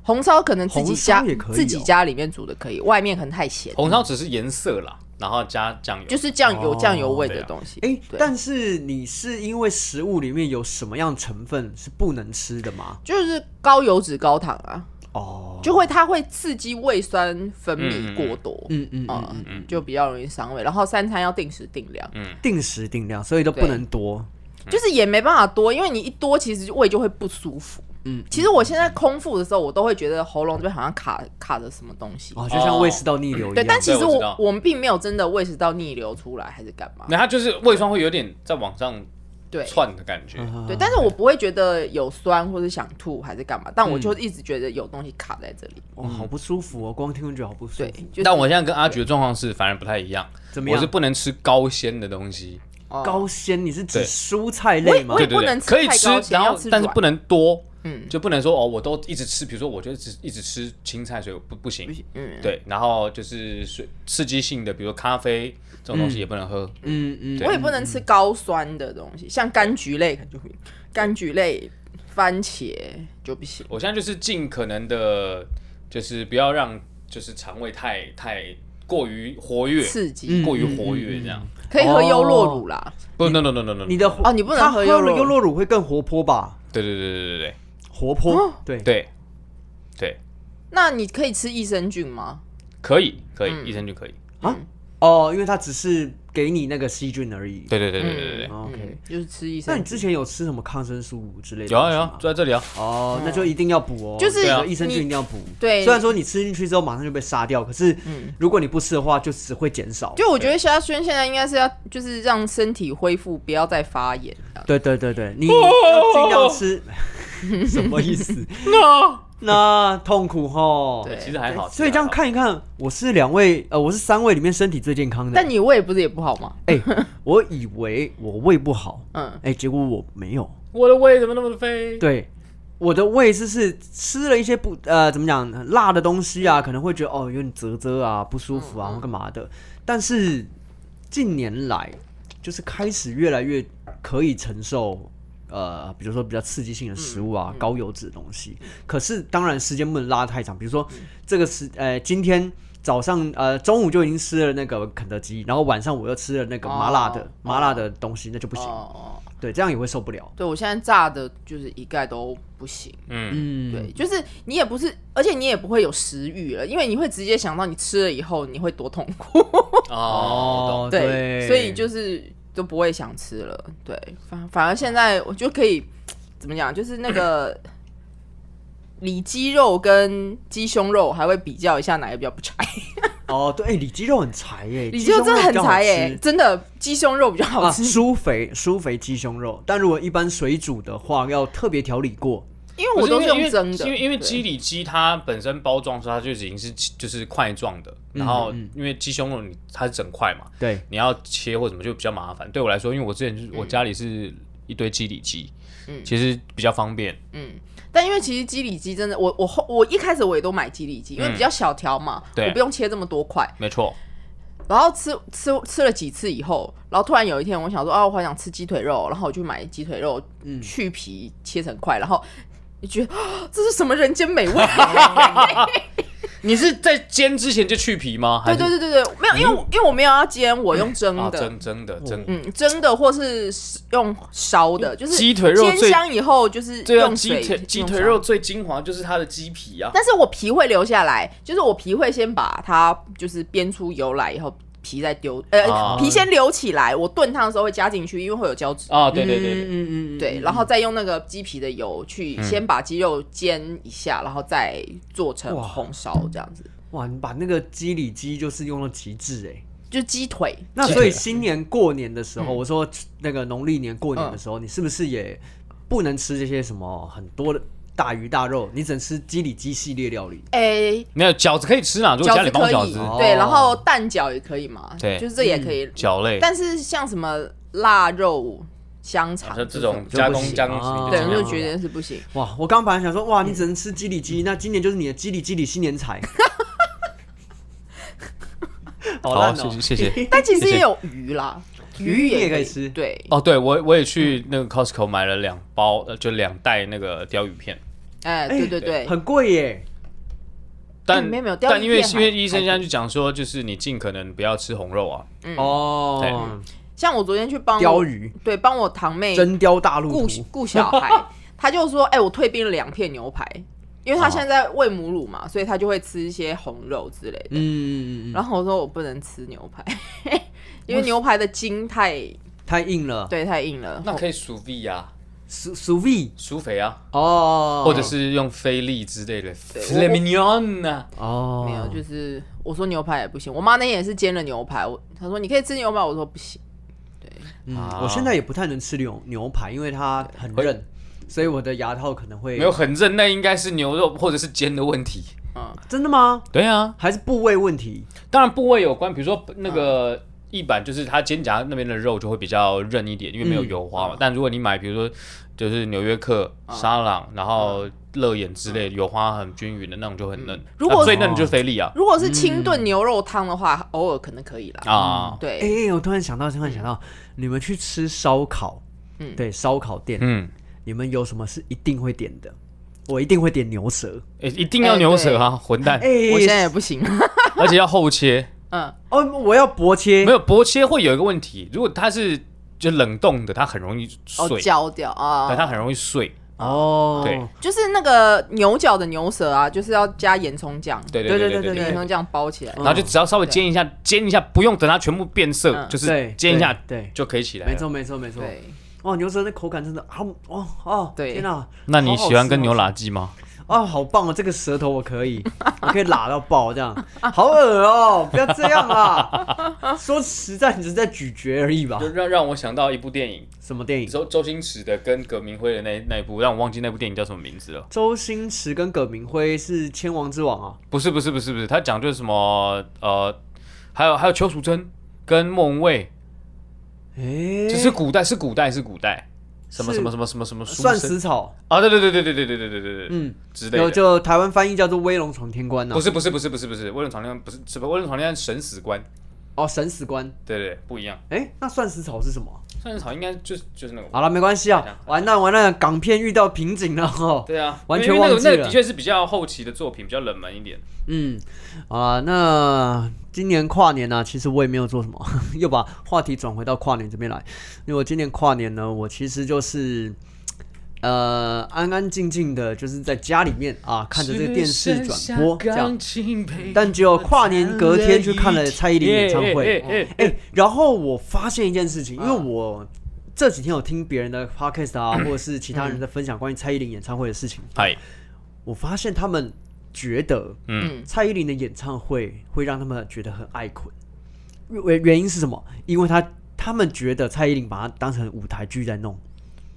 F: 红烧可能自己
D: 红烧
F: 家
D: 也可以哦
F: 自己家里面煮的可以，外面可能太咸。
E: 红烧只是颜色啦，然后加酱油，
F: 就是酱油
E: 哦
F: 酱油味的
E: 对啊
F: 东西。
D: 哎、
F: 对
D: 但是你是因为食物里面有什么样成分是不能吃的吗？
F: 就是高油脂高糖啊，
D: 哦，
F: 就会它会刺激胃酸分
E: 嗯嗯嗯
F: 泌过多，
D: 嗯嗯嗯
F: 嗯就比较容易伤胃。然后三餐要定时定量，
E: 嗯
D: 定时定量，所以都不
F: 对
D: 能多。
F: 就是也没办法多，因为你一多，其实胃就会不舒服。
D: 嗯
F: 嗯，其实我现在空腹的时候，我都会觉得喉咙这边好像卡卡着什么东西。
D: 哦，就像胃食道逆流一
F: 哦对，
D: 样。
F: 但其实
E: 对我知
F: 我
E: 道
F: 我们并没有真的胃食道逆流出来，还是干嘛？
E: 那它就是胃酸会有点在往上
F: 对
E: 窜的感
D: 嗯
E: 觉。
F: 对，但是我不会觉得有酸或者想吐还是干嘛，但我
E: 嗯
F: 就一直觉得有东西卡在这里。
D: 哇，好不舒服哦，光听就觉得好不舒
F: 对
D: 服。，
F: 就是
E: 但我现在跟阿菊的状况是反而不太一样，
D: 怎么
E: 我
D: 样
E: 是不能吃高纤的东西，
F: 哦
D: 高纤，你是指
E: 对
D: 蔬菜类吗
F: 我？也
E: 对
F: 不
E: 对
F: 能
E: 对，
F: 吃
E: 可以
F: 太
E: 吃
F: 高纤，
E: 然
F: 要
E: 后
F: 吃
E: 但是
F: 软
E: 不能多，
F: 嗯
E: 就不能说哦，我都一直吃，比如说我就一直一直吃青菜，所以我不不行，
F: 嗯，
E: 对，然后就是水刺激性的，比如咖啡这种东西也不能喝，
D: 嗯嗯，
E: 对
F: 我也不能吃高酸的东西，像柑橘类可能就会，柑橘类、番茄就不行。
E: 我现在就是尽可能的，就是不要让就是肠胃太太过于活跃，
F: 刺激嗯
E: 过于活跃这样。
F: 可以喝优酪
E: 哦
F: 乳啦，
E: 不，no no no no no，
D: 你的
F: 哦你不能
D: 它
F: 喝
D: 喝
F: 优酪乳
D: 了优酪乳会更活泼吧？
E: 对对对对
D: 活
F: 哦
D: 泼，对
E: 对对对对，
F: 那你可以吃益生菌吗？
E: 可以可
F: 嗯
E: 以，益生菌可以。
D: 哦，因为它只是给你那个细菌而已。
E: 对对对对对对对，
D: 哦，OK。
F: 嗯，就是吃益
D: 那
F: 生
D: 你
F: 菌。
D: 之前有吃什么抗生素之类的？
E: 有啊有啊，就在这里啊。
D: 哦，那就一定要补哦，
F: 嗯就是
D: 这个
E: 你
D: 益生菌一定要补。
F: 对嗯
D: 虽然说你吃进去之后马上就被杀掉，可是如果你不吃的话，就只会减少。
F: 就我觉得萧亚轩现在应该是要，就是让身体恢复，不要再发炎这样。
D: 对对对对，你
E: 哦
D: 要尽量吃， 什么意思？ 那那痛苦吼。
F: 对
E: 哦其实还好，
D: 所以这样看一看，我是两位，呃，我是三位里面身体最健康的。
F: 但你胃不是也不好吗？
D: 哎、我以为我胃不好，嗯
F: 嗯，
D: 哎、结果我没有。
E: 我的胃怎么那么肥？
D: 对，我的胃是是吃了一些不呃怎么讲辣的东西啊，可能会觉得哦有点啧啧啊不舒服
F: 嗯
D: 啊或干嘛的。但是近年来就是开始越来越可以承受。呃，比如说比较刺激性的食物
F: 嗯
D: 啊，高油脂的东西。可是当然时间不能拉太长，比如说这个时呃今天早上呃中午就已经吃了那个肯德基，然后晚上我又吃了那个麻辣的、
F: 哦
D: 麻辣的东西，那就不行。
F: 哦，
D: 对，这样也会受不了。
F: 对我现在炸的就是一概都不行。
E: 嗯，
D: 嗯，
F: 对，就是你也不是，而且你也不会有食欲了，因为你会直接想到你吃了以后你会多痛苦。
E: 哦，
D: 哦，
F: 对，所以就是都不会想吃了。对，反反而现在我就可以怎么讲，就是那个里脊肉跟鸡胸肉还会比较一下哪个比较不柴。
D: 哦，对，哎里脊肉很柴耶，
F: 里脊肉真的很柴耶、真的鸡胸肉比较
D: 啊，
F: 好吃，
D: 酥肥酥肥鸡胸肉，但如果一般水煮的话，要特别调理过。
F: 因为
E: 不
F: 我
E: 是因为
F: 都
E: 因
F: 是用
E: 为
F: 蒸的，
E: 因为因为
F: 对
E: 鸡里脊它本身包装的时候，它就已经是就是块状的，然后因为鸡胸肉你它是整块嘛，
D: 对，
E: 你要切或什么就比较麻烦。对我来说，因为我之前就是我家里是一堆鸡里脊，其实比较方便。
F: 嗯但因为其实鸡里脊真的，我我后我一开始我也都买鸡里脊，因为比较小条嘛，
E: 嗯对
F: 我不用切这么多块。
E: 没错，
F: 然后吃吃吃了几次以后，然后突然有一天我想说，啊，我好想吃鸡腿肉，然后我去买鸡腿肉，去皮切成块，然后你觉得、啊这是什么人间美味？
E: 你是在煎之前就去皮吗？还
F: 对
E: 是
F: 对对对对，没有，因为我因为我没有要煎，我用蒸
E: 啊，
F: 的。
E: 蒸蒸的蒸，
F: 嗯，蒸的或是用烧的，就是
E: 鸡腿肉
F: 煎
E: 最
F: 香以后就是
E: 对啊，
F: 用
E: 鸡
F: 水
E: 腿
F: 用
E: 鸡腿
F: 烧
E: 肉最精华就是它的鸡皮啊。
F: 但是我皮会留下来，就是我皮会先把它就是煸出油来以后，皮再丢，呃，
E: 啊
F: 皮先留起来，我炖汤的时候会加进去，因为会有胶质。
E: 啊，对对对对，
D: 嗯嗯嗯，
F: 对，然后再用那个鸡皮的油去先把鸡肉煎一下，然后再做成
D: 哇
F: 红烧这样子，
D: 哇，你把那个鸡里脊就是用到极致哎。
F: 就鸡腿。
D: 那所以新年过年的时候，我说那个农历年过年的时候，你是不是也不能吃这些什么很多的大鱼大肉，你只能吃鸡里脊系列料理？
F: 诶，
E: 没有饺子可以吃啦，如果家
F: 哎饺
E: 里
F: 子
E: 包
F: 可
E: 饺
F: 以
E: 子，
D: 哦，
F: 对，然后蛋饺也可以嘛，
E: 对嗯
F: 就是这也可以。
E: 饺类，
F: 但是像什么腊肉、香肠
E: 像这种
D: 就不
E: 加工
D: 行
E: 加工
D: 啊
E: 食品
F: 对，
E: 尽
F: 我
E: 量
F: 就觉得是不行。
D: 哇，我刚本来想说，
E: 嗯
D: 哇，你只能吃鸡里脊，那今年就是你的鸡里鸡里新年 财。好烂
E: 好，
D: 哦、
E: 谢谢谢 谢。
F: 但其实
E: 谢谢
F: 也有鱼啦，
D: 鱼也
F: 也
D: 可以吃
F: 对，
E: 哦，对我我也去那个 Costco 买了两包，呃，就两袋那个鲷鱼片，
F: 哎，
D: 哎
F: 对对对，
D: 很贵耶，
E: 但
F: 哎没有没有钓
E: 但
F: 鱼
E: 因为
F: 片
E: 因为
F: 还
E: 医生
F: 还
E: 现在就讲说，就是你尽可能不要吃红肉啊，
F: 嗯
D: 哦，
F: 像我昨天去帮
D: 鲷
F: 我
D: 鱼
F: 对帮我堂妹
D: 真雕大陆
F: 顾
D: 图
F: 顾 小孩，他就说：“哎、我退冰了两片牛排，
D: 哦
F: 因为他现在喂母乳嘛，所以他就会吃一些红肉之类的。
D: 嗯，嗯嗯嗯，
F: 然后我说我不能吃 牛排，因为牛排的筋太
D: 太硬了，
F: 对太硬了。哦
E: 那可以熟肥呀，
D: 苏苏 V
E: 熟肥啊，
D: 哦，
E: 或者是用菲力之类的
F: 我
E: l e m i g n o n 啊，
D: 哦，
F: 没有，就是我说牛排也不行。我妈那天也是煎了牛排，我她说你可以吃牛排，我说不行。
D: 嗯
E: 啊
D: 我现在也不太能吃牛牛排，因为它很韧，所以我的牙套可能会
E: 没有很韧，那应该是牛肉或者是煎的问题。
F: 嗯，
D: 真的吗？
E: 对啊，
D: 还是部位问题？
E: 当然部位有关，比如说那个一板，就是它肩胛那边的肉就会比较韧一点，因为没有油花嘛。但如果你买，比如说就是纽约客、沙朗，然后乐眼之类，油花很均匀的那种就很嫩。
F: 如果
E: 啊最嫩的就是菲力啊
D: 嗯
F: 如果是清炖牛肉汤的话，偶尔可能可以啦。
E: 啊，
D: 哎、
F: 对，
D: 哎我突然想到，突然想到，
E: 嗯
D: 你们去吃烧烤，
F: 嗯
D: 对，烧烤店，
E: 嗯，
D: 你们有什么是一定会点的？我一定会点牛舌。
E: 诶一定要牛舌啊，混蛋
D: 哎、，
F: 我现在也不行。
E: 而且要厚切。
F: 嗯，
D: 哦，我要薄切，
E: 没有薄切会有一个问题，如果它是就冷冻的，它很容易
F: 哦，
E: 碎，
F: 焦掉
E: 对，
F: 啊，
E: 它很容易碎。
D: 哦，
E: 对
F: 就是那个牛角的牛舌啊，就是要加盐葱酱，
E: 对
D: 对
E: 对
D: 对对
E: 对嗯
D: 对
F: 盐葱酱包起来。
E: 然后就只要稍微煎一下，煎一下，不用等它全部变色，
F: 嗯
E: 就是
D: 对，
E: 煎一下
D: 对，对
E: 就可以起来了。
D: 没错，没错，没错。
F: 对，
E: 哦
D: 哇，牛舌那口感真的好，哦哦，
F: 对
D: 天哪！
E: 那你
D: 好好
E: 喜欢
D: 吃
E: 跟
D: 哦
E: 牛拉鸡吗？
D: 啊，好棒哦！这个舌头我可以，我可以拉到爆，这样 好恶哦！不要这样啦，说实在，你只是在咀嚼而已吧
E: 就？让让我想到一部电影，
D: 什么电影？
E: 周周星驰的跟葛明辉的那那一部，让我忘记那部电影叫什么名字了。
D: 周星驰跟葛明辉是《千王之王》啊？
E: 不是不是不是不是，他讲就是什么呃，还有还有邱淑贞跟莫文蔚，
D: 诶，
E: 就是古代是古代是古代，什么
D: 是
E: 什么什么什么什么书
D: 哎算
E: 生
D: 死草，
E: 啊？对对对对对对对对对对对，
D: 嗯，
E: 之类
D: 有
E: 的。
D: 就台湾翻译叫做《威龙闯天关》啊呐
E: 不。是不是不是不是不是，威廉闯天关不是什么威廉闯天关神死关，
D: 哦，神死关。
E: 对对对，不一样。
D: 诶，那算死草是什么？
E: 算是草应该就是就是那个，
D: 好了，没关系
E: 这样
D: 啊，完蛋完蛋，港片遇到瓶颈了哦。
E: 对啊，
D: 完全
E: 因为那
D: 忘
E: 个
D: 记
E: 那个
D: 了
E: 的确是比较后期的作品，比较冷门一点。
D: 嗯，啊，那今年跨年呢、啊其实我也没有做什么， 又把话题转回到跨年这边来。因为我今年跨年呢，我其实就是呃安安静静的，就是在家里面啊看着这个电视转播这样。但只有跨年隔天去看了蔡依林演唱会，
E: 哎哎
D: 哎、然后我发现一件事情，因为我这几天有听别人的 podcast 啊，或者是其他人在分享关于蔡依林演唱会的事情，
E: 哎，嗨
D: 我发现他们觉得，
E: 嗯
D: 嗯，蔡依林的演唱会会让他们觉得很爱困，原原因是什么？因为他他们觉得蔡依林把它当成舞台剧在弄，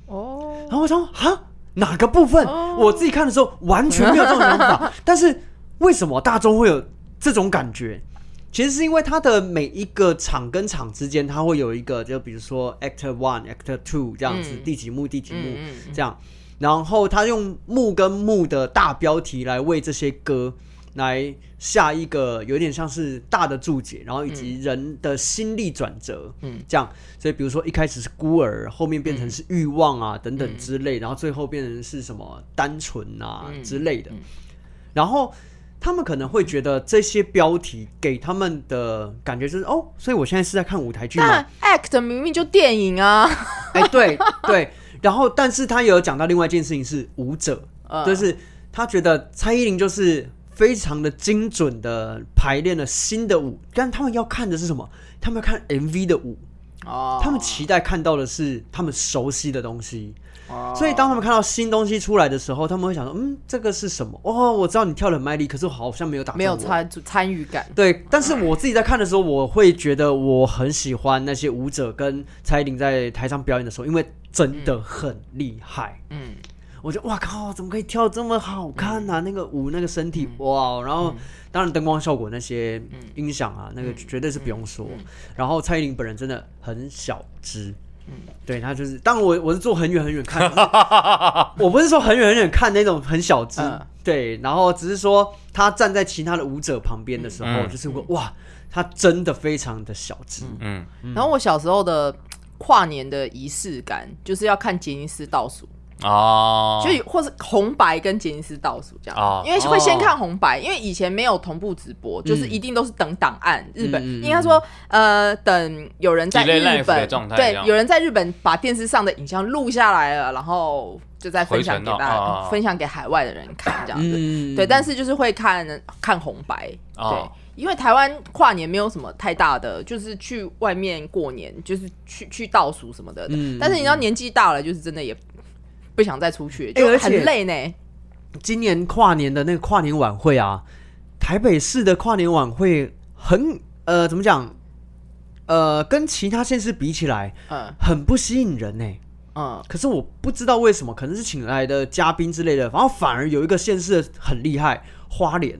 F: 哦，
D: 然后我想说哈哪个部分？
F: 哦
D: 我自己看的时候完全没有这种想 法，但是为什么大众会有这种感觉？其实是因为它的每一个场跟场之间，它会有一个，就比如说 Actor One、Actor Two 这样子，
F: 嗯
D: 第几幕、第几幕，
F: 嗯嗯
D: 这样，然后他用幕跟幕的大标题来为这些歌来下一个有点像是大的注解，然后以
F: 嗯
D: 及人的心力转折，嗯，这样，所以比如说一开始是孤儿，后面变成是欲望啊、等
F: 嗯
D: 等之类，然后最后变成是什么单纯啊、
F: 嗯
D: 之类的，然后。他们可能会觉得这些标题给他们的感觉就是哦，所以我现在是在看舞台剧吗？
F: 但 act 明明就电影啊，
D: 哎、对对，然后但是他也有讲到另外一件事情是舞者，
F: 嗯
D: 就是他觉得蔡依林就是非常的精准的排练了新的舞，但他们要看的是什么？他们要看 MV 的舞，
F: 哦，
D: 他们期待看到的是他们熟悉的东西。
F: 哦
D: 所以当他们看到新东西出来的时候，他们会想说，嗯，这个是什么？哦，我知道你跳的很卖力，可是我好像没有打中
F: 没有
D: 我
F: 参参与感，
D: 对，但是我自己在看的时候，我会觉得我很喜欢那些舞者跟蔡依林在台上表演的时候，因为真的很厉害。
F: 嗯，
D: 我觉得哇靠，怎么可以跳这么好看啊？那个舞，那个身体，
F: 嗯
D: 哇！哦然后当然灯光效果那些音响啊，
F: 嗯
D: 那个绝对是不用说。然后蔡依林本人真的很小只。
F: 嗯
D: 对她就是，当然我我是坐很远很远看， 我不是说很远很远看那种很小只，
F: 嗯
D: 对，然后只是说她站在其他的舞者旁边的时候，
E: 嗯
D: 就是会哇，她真的非常的小只，
E: 嗯，
F: 然后我小时候的跨年的仪式感就是要看杰尼斯倒数，
E: 啊，
F: 就有或是红白跟杰尼斯倒数这样，
E: 哦嗯
F: 因为会先看红白，因为以前没有同步直播，就是一定都是等档案。日本、
D: 嗯嗯嗯
F: 应该说，呃，等有人在
E: Delay
F: 日
E: live 的
F: 本
E: 状态这
F: 对
E: 样，
F: 有人在日本把电视上的影像录下来了，然后就再分享
E: 回
F: 给
E: 传
F: 大
E: 到
F: 家，
E: 哦
F: 分享给海外的人看这样子。
D: 嗯啊
F: 对，但是就是会看看红白，
E: 哦
F: 对，因为台湾跨年没有什么太大的，就是去外面过年，就是去去倒数什么的。
D: 嗯
F: 但是你知道年纪大了，就是真的也不想再出去，就
D: 哎而且
F: 很累呢。
D: 今年跨年的那个跨年晚会啊，台北市的跨年晚会很呃怎么讲？呃，跟其他县市比起来，
F: 嗯
D: 很不吸引人呢、
F: 嗯，
D: 可是我不知道为什么，可能是请来的嘉宾之类的，然后反而有一个县市很厉害，花莲。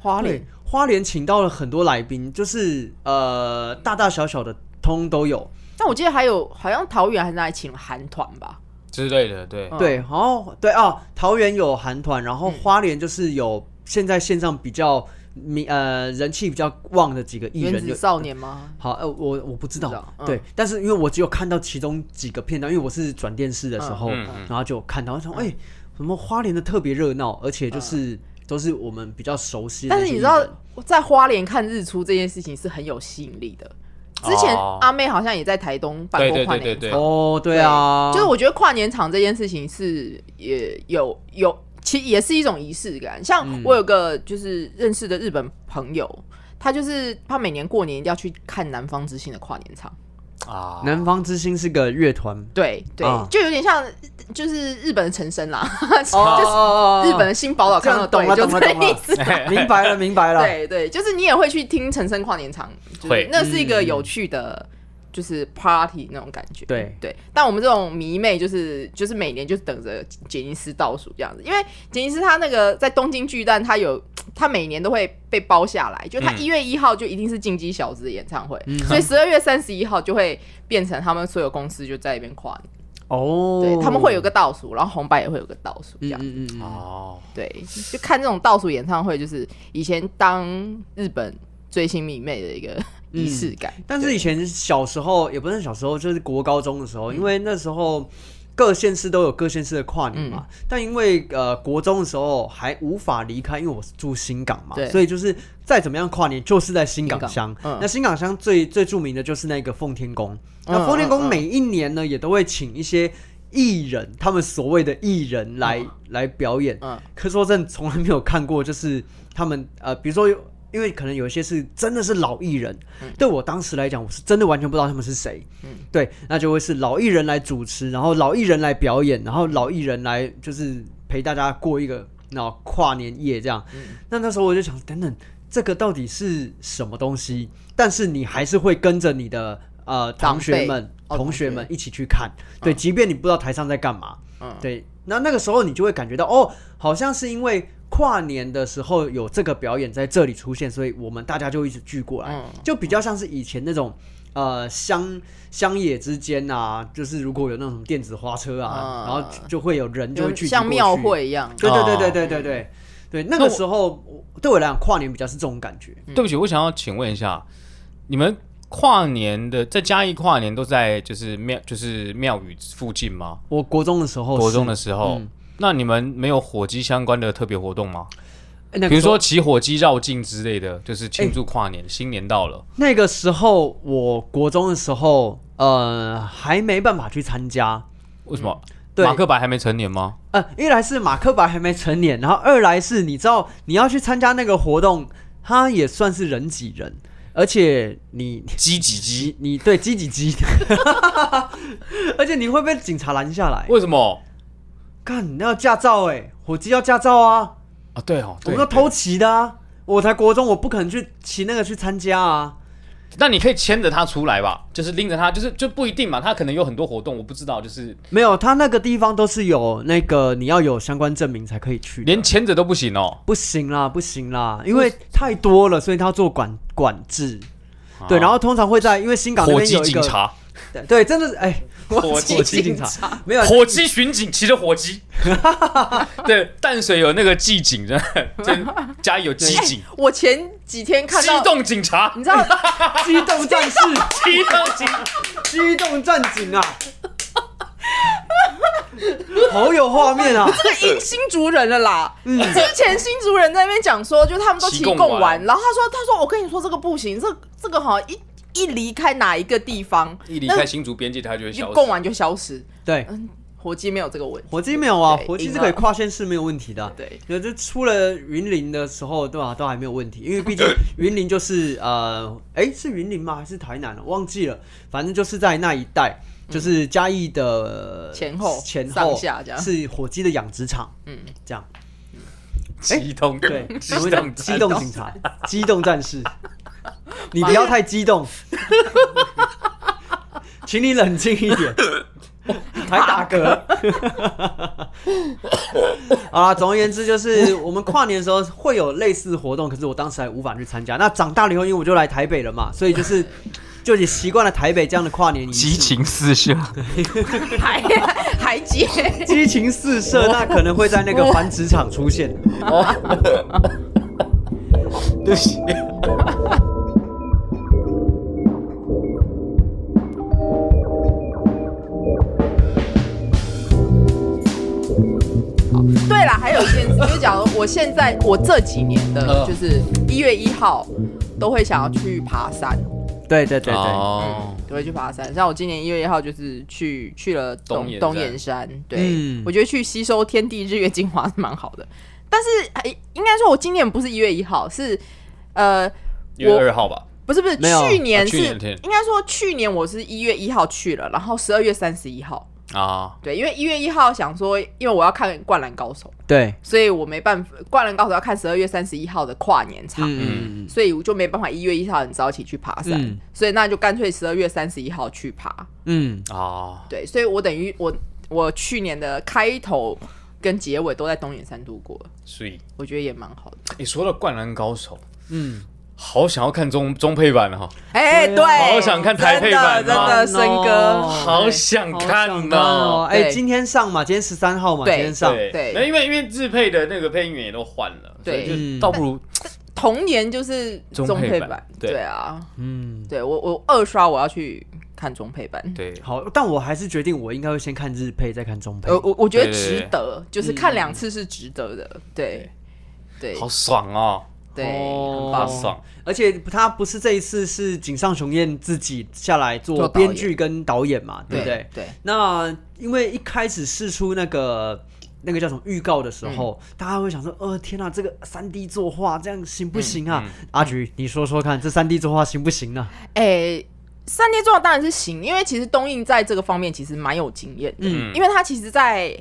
F: 花
D: 对
F: 莲，
D: 花莲请到了很多来宾，就是呃大大小小的通都有。
F: 但我记得还有好像桃园还是哪里请了韩团吧？
E: 之类的，对，
F: 嗯
D: 对，然后对哦，桃园有韩团，然后花莲就是有现在线上比较名呃人气比较旺的几个艺
F: 原
D: 人
F: 子
D: 有。
F: 少年吗？
D: 好，呃，我我不知道，
F: 不知道嗯
D: 对，但是因为我只有看到其中几个片段，因为我是转电视的时候，
E: 嗯嗯嗯
D: 然后就看到，说，哎、什么花莲的特别热闹，而且就是、都是我们比较熟悉的
F: 嗯但
D: 那
F: 是
D: 些
F: 你
D: 艺人。
F: 知道，在花莲看日出这件事情是很有吸引力的。之前
E: 哦
F: 阿妹好像也在台东办
E: 对
F: 过
E: 对
F: 跨
E: 对
F: 年
E: 对
F: 演唱
E: 对，
D: 哦，对啊，
F: 就是我觉得跨年场这件事情是也有有，其实也是一种仪式感。像
D: 嗯
F: 我有个就是认识的日本朋友，他就是他每年过年一定要去看南方之星的跨年场。
E: 啊，
D: 南方之星是个乐团，
F: 对对，
D: 啊
F: 就有点像就是日本的陈升啦，
D: 哦
F: 就是日本的新宝岛康乐
D: 这样
F: 队，就
D: 懂了
F: 这
D: 懂了
F: 意思。
D: 明白了，明白了。
F: 对对，就是你也会去听陈升跨年场，就是
E: 会
F: 那是一个有趣的。就是 party 那种感觉，
D: 嗯对
F: 对。但我们这种迷妹，就是就是每年就等着杰尼斯倒数这样子，因为杰尼斯他那个在东京巨蛋，他有他每年都会被包下来，就他
E: 嗯
F: 一月一号就一定是进击小子的演唱会，
D: 嗯
F: 所以十二月三十一号就会变成他们所有公司就在那边跨年，
D: 哦，
F: 对他们会有个倒数，然后红白也会有个倒数
D: 嗯
F: 这样子
D: 嗯嗯嗯，
E: 哦，
F: 对，就看这种倒数演唱会，就是以前当日本追星迷妹的一个仪式感。
D: 但是以前小时候也不是小时候，就是国高中的时候，
F: 嗯
D: 因为那时候各县市都有各县市的跨年嘛。
F: 嗯
D: 但因为呃国中的时候还无法离开，因为我是住新港嘛
F: 对，
D: 所以就是再怎么样跨年就是在新港乡
F: 新。港嗯
D: 那新港乡最最著名的就是那个奉天宫。那
F: 嗯
D: 奉天宫
F: 嗯嗯
D: 每一年呢也都会请一些。艺人，他们所谓的艺人来、来表演，
F: 嗯
D: 可是我真的从来没有看过，就是他们呃，比如说有，因为可能有一些是真的是老艺人，
F: 嗯
D: 对我当时来讲，我是真的完全不知道他们是谁。对，那就会是老艺人来主持，然后老艺人来表演，然后老艺人来就是陪大家过一个那种跨年夜这
F: 嗯
D: 样。那那时候我就想，等等，这个到底是什么东西？但是你还是会跟着你的呃
F: 长
D: 同学
F: 辈
D: 们、
F: 哦
D: 同
F: 同
D: 学
F: 学
D: 们一起去看，对，即便你不知道台上在干嘛，
F: 嗯
D: 对，那那个时候你就会感觉到，哦，好像是因为跨年的时候有这个表演在这里出现，所以我们大家就一直聚过来，
F: 嗯
D: 就比较像是以前那种。呃，乡乡野之间啊，就是如果有那种电子花车啊，
F: 嗯
D: 然后就就会有人就会聚集
F: 像
D: 过
F: 庙
D: 去，
F: 会一样，
D: 对对对对
E: 哦
D: 对对对对，那个时候我对我来讲，跨年比较是这种感觉。
E: 对不起，我想要请问一下，你们跨年的在嘉义跨年都在就是庙就是庙宇附近吗？
D: 我国中的时候是，
E: 国中的时候
D: 嗯，
E: 那你们没有火鸡相关的特别活动吗？
D: 哎那个
E: 比如
D: 时候
E: 说骑火鸡绕境之类的，就是庆祝跨年，新年到了。
D: 那个时候，我国中的时候，呃，还没办法去参加。
E: 为什么？
D: 对
E: 马克白还没成年吗？
D: 呃，一来是马克白还没成年，然后二来是你知道你要去参加那个活动，它也算是人挤人，而且你
E: 鸡几鸡？
D: 你你对挤挤挤， 而且你会被警察拦下来。
E: 为什么？
D: 看你那要驾照哎、火鸡要驾照啊，
E: 啊，对哦，
D: 我
E: 对
D: 们要偷。骑的啊。我才国中，我不可能去骑那个去参加啊。
E: 对那你可以牵着他出来吧，就是拎着他，就是就不一定嘛，他可能有很多活动，我不知道，就是
D: 没有，他那个地方都是有那个你要有相关证明才可以去的，
E: 连牵着都不行哦。
D: 不行啦，不行啦，因为太多了，所以他要做管管制。对，
E: 啊
D: 然后通常会在，因为新港那
E: 火
D: 边
E: 鸡
D: 有一
E: 警
D: 个，
E: 察，
D: 对对，真的是哎，
E: 火
D: 鸡警察没有
E: 火鸡巡警骑着 火鸡，对，淡水有那个机警，真的，真 嘉义有机警，
F: 我前几天看
E: 机
F: 到，
E: 动警察
F: 你，知道，
D: 机动战士，
E: 机动警，
D: 机动战警啊！ 好有画面啊！
F: 这个因新竹人了 啦。
D: 嗯
F: 之前新竹人在那边讲说，就他们都骑
E: 骑
F: 贡
E: 贡
F: 丸，
E: 丸
F: 然后他说，他说我跟你说这个不行，这这个好像一一离开哪一个地方，
E: 一离开新竹边界，它就会消
F: 就
E: 失。
F: 贡丸就消失。嗯
D: 对，
F: 火鸡没有这个问题，
D: 火鸡没有啊，
F: 对
D: 火鸡
F: 赢
D: 是可以
F: 了
D: 跨县市没有问题的啊。
F: 对
D: 有这出了云林的时候，对吧、都还没有问题，因为 毕竟云林就是呃，哎，是云林吗？还是台南了？啊忘记了，反正就是在那一带，就是嘉义的
F: 嗯前后
D: 前后
F: 上下这样
D: 是火鸡的养殖场，嗯，这样
G: 哎
E: 激动，
D: 对，
E: 激
D: 我们讲
E: 动，
D: 机动警察，机动战 士，你不要太激 动，请你冷静一 点，还打嗝。 好啦，总而言之，就是我们跨年的时候会有类似活动，可是我当时还无法去参加。那长大了以后，因为我就来台北了嘛，所以就是就也习惯了台北这样的跨年仪
G: 激
D: 式。
G: 情四射，
F: 还还接，
D: 激情四射，那可能会在那个繁殖场出现。
E: 哦对不起。
F: 对啦，还有一件事，就是讲我现在我这几年
E: 嗯
F: 的，就是一月一号都会想要去爬山，
D: 对对对对，
E: 哦，
F: 都会去爬山。像我今年一月一号就是去去了
E: 东
F: 东
E: 岩
F: 东
E: 山
F: 岩山，对、
D: 嗯
F: 我觉得去吸收天地日月精华是蛮好的。但是哎，应该说我今年不是一月一号，是呃。
E: 一月二号吧，
F: 不是不是，
D: 没有
F: 去年
E: 啊
F: 是、
E: 去年天
F: 应该说去年我是一月一号去了，然后十二月三十一号，
E: 啊，
F: 对，因为一月一号想说，因为我要看《灌篮高手》，
D: 对，
F: 所以我没办法，《灌篮高手》要看十二月三十一号的跨年场，
D: 嗯，
F: 所以我就没办法一月一号很早起去爬山，
D: 嗯
F: 所以那就干脆十二月三十一号去爬，
D: 嗯，
E: 啊，
F: 对，所以我等于我我去年的开头跟结尾都在东眼山度过，
E: 所以
F: 我觉得也蛮好的。
E: 你说到《灌篮高手》，嗯，好想要看中中配版哦哈，
F: 哎、
D: 对
F: 对，
E: 好想看台配版
F: 真
E: 啊
F: 的，真的，森哥，
E: 好想看哦呢。
D: 哎、
F: 对
D: 今天上嘛，今天十三号嘛，今
F: 对
D: 天上。
E: 对，
F: 对
E: 那因为因为日配的那个配音员也都换了，所
F: 对
E: 以
D: 嗯
E: 就倒不如
F: 童年就是
E: 中
F: 中
E: 配
F: 配
E: 版对
F: 对啊，
D: 嗯，
F: 对我我二刷我要去看中配版，
E: 对
D: 好，但我还是决定，我应该会先看日配，再看中配。
F: 呃，我我觉得
E: 对对
F: 值
E: 对
F: 得，就是看两次是值得的，对，嗯对，
E: 好爽哦，
F: 对，
D: 哦
E: 好
F: 很棒，
E: 爽，
D: 而且他不是这一次是井上雄彦自己下来做
F: 做导演
D: 编剧跟导演嘛，对不对？
F: 对，
D: 那因为一开始试出那个那个叫什么预告的时候，
F: 嗯
D: 大家会想说，呃，天哪、这个三 D 作画这样
F: 嗯
D: 行不行啊？阿菊，你说说看，这三 D 作画行不行啊？
F: 哎。三 D 作画当然是行，因为其实东映在这个方面其实蛮有经验的，因为他其实，在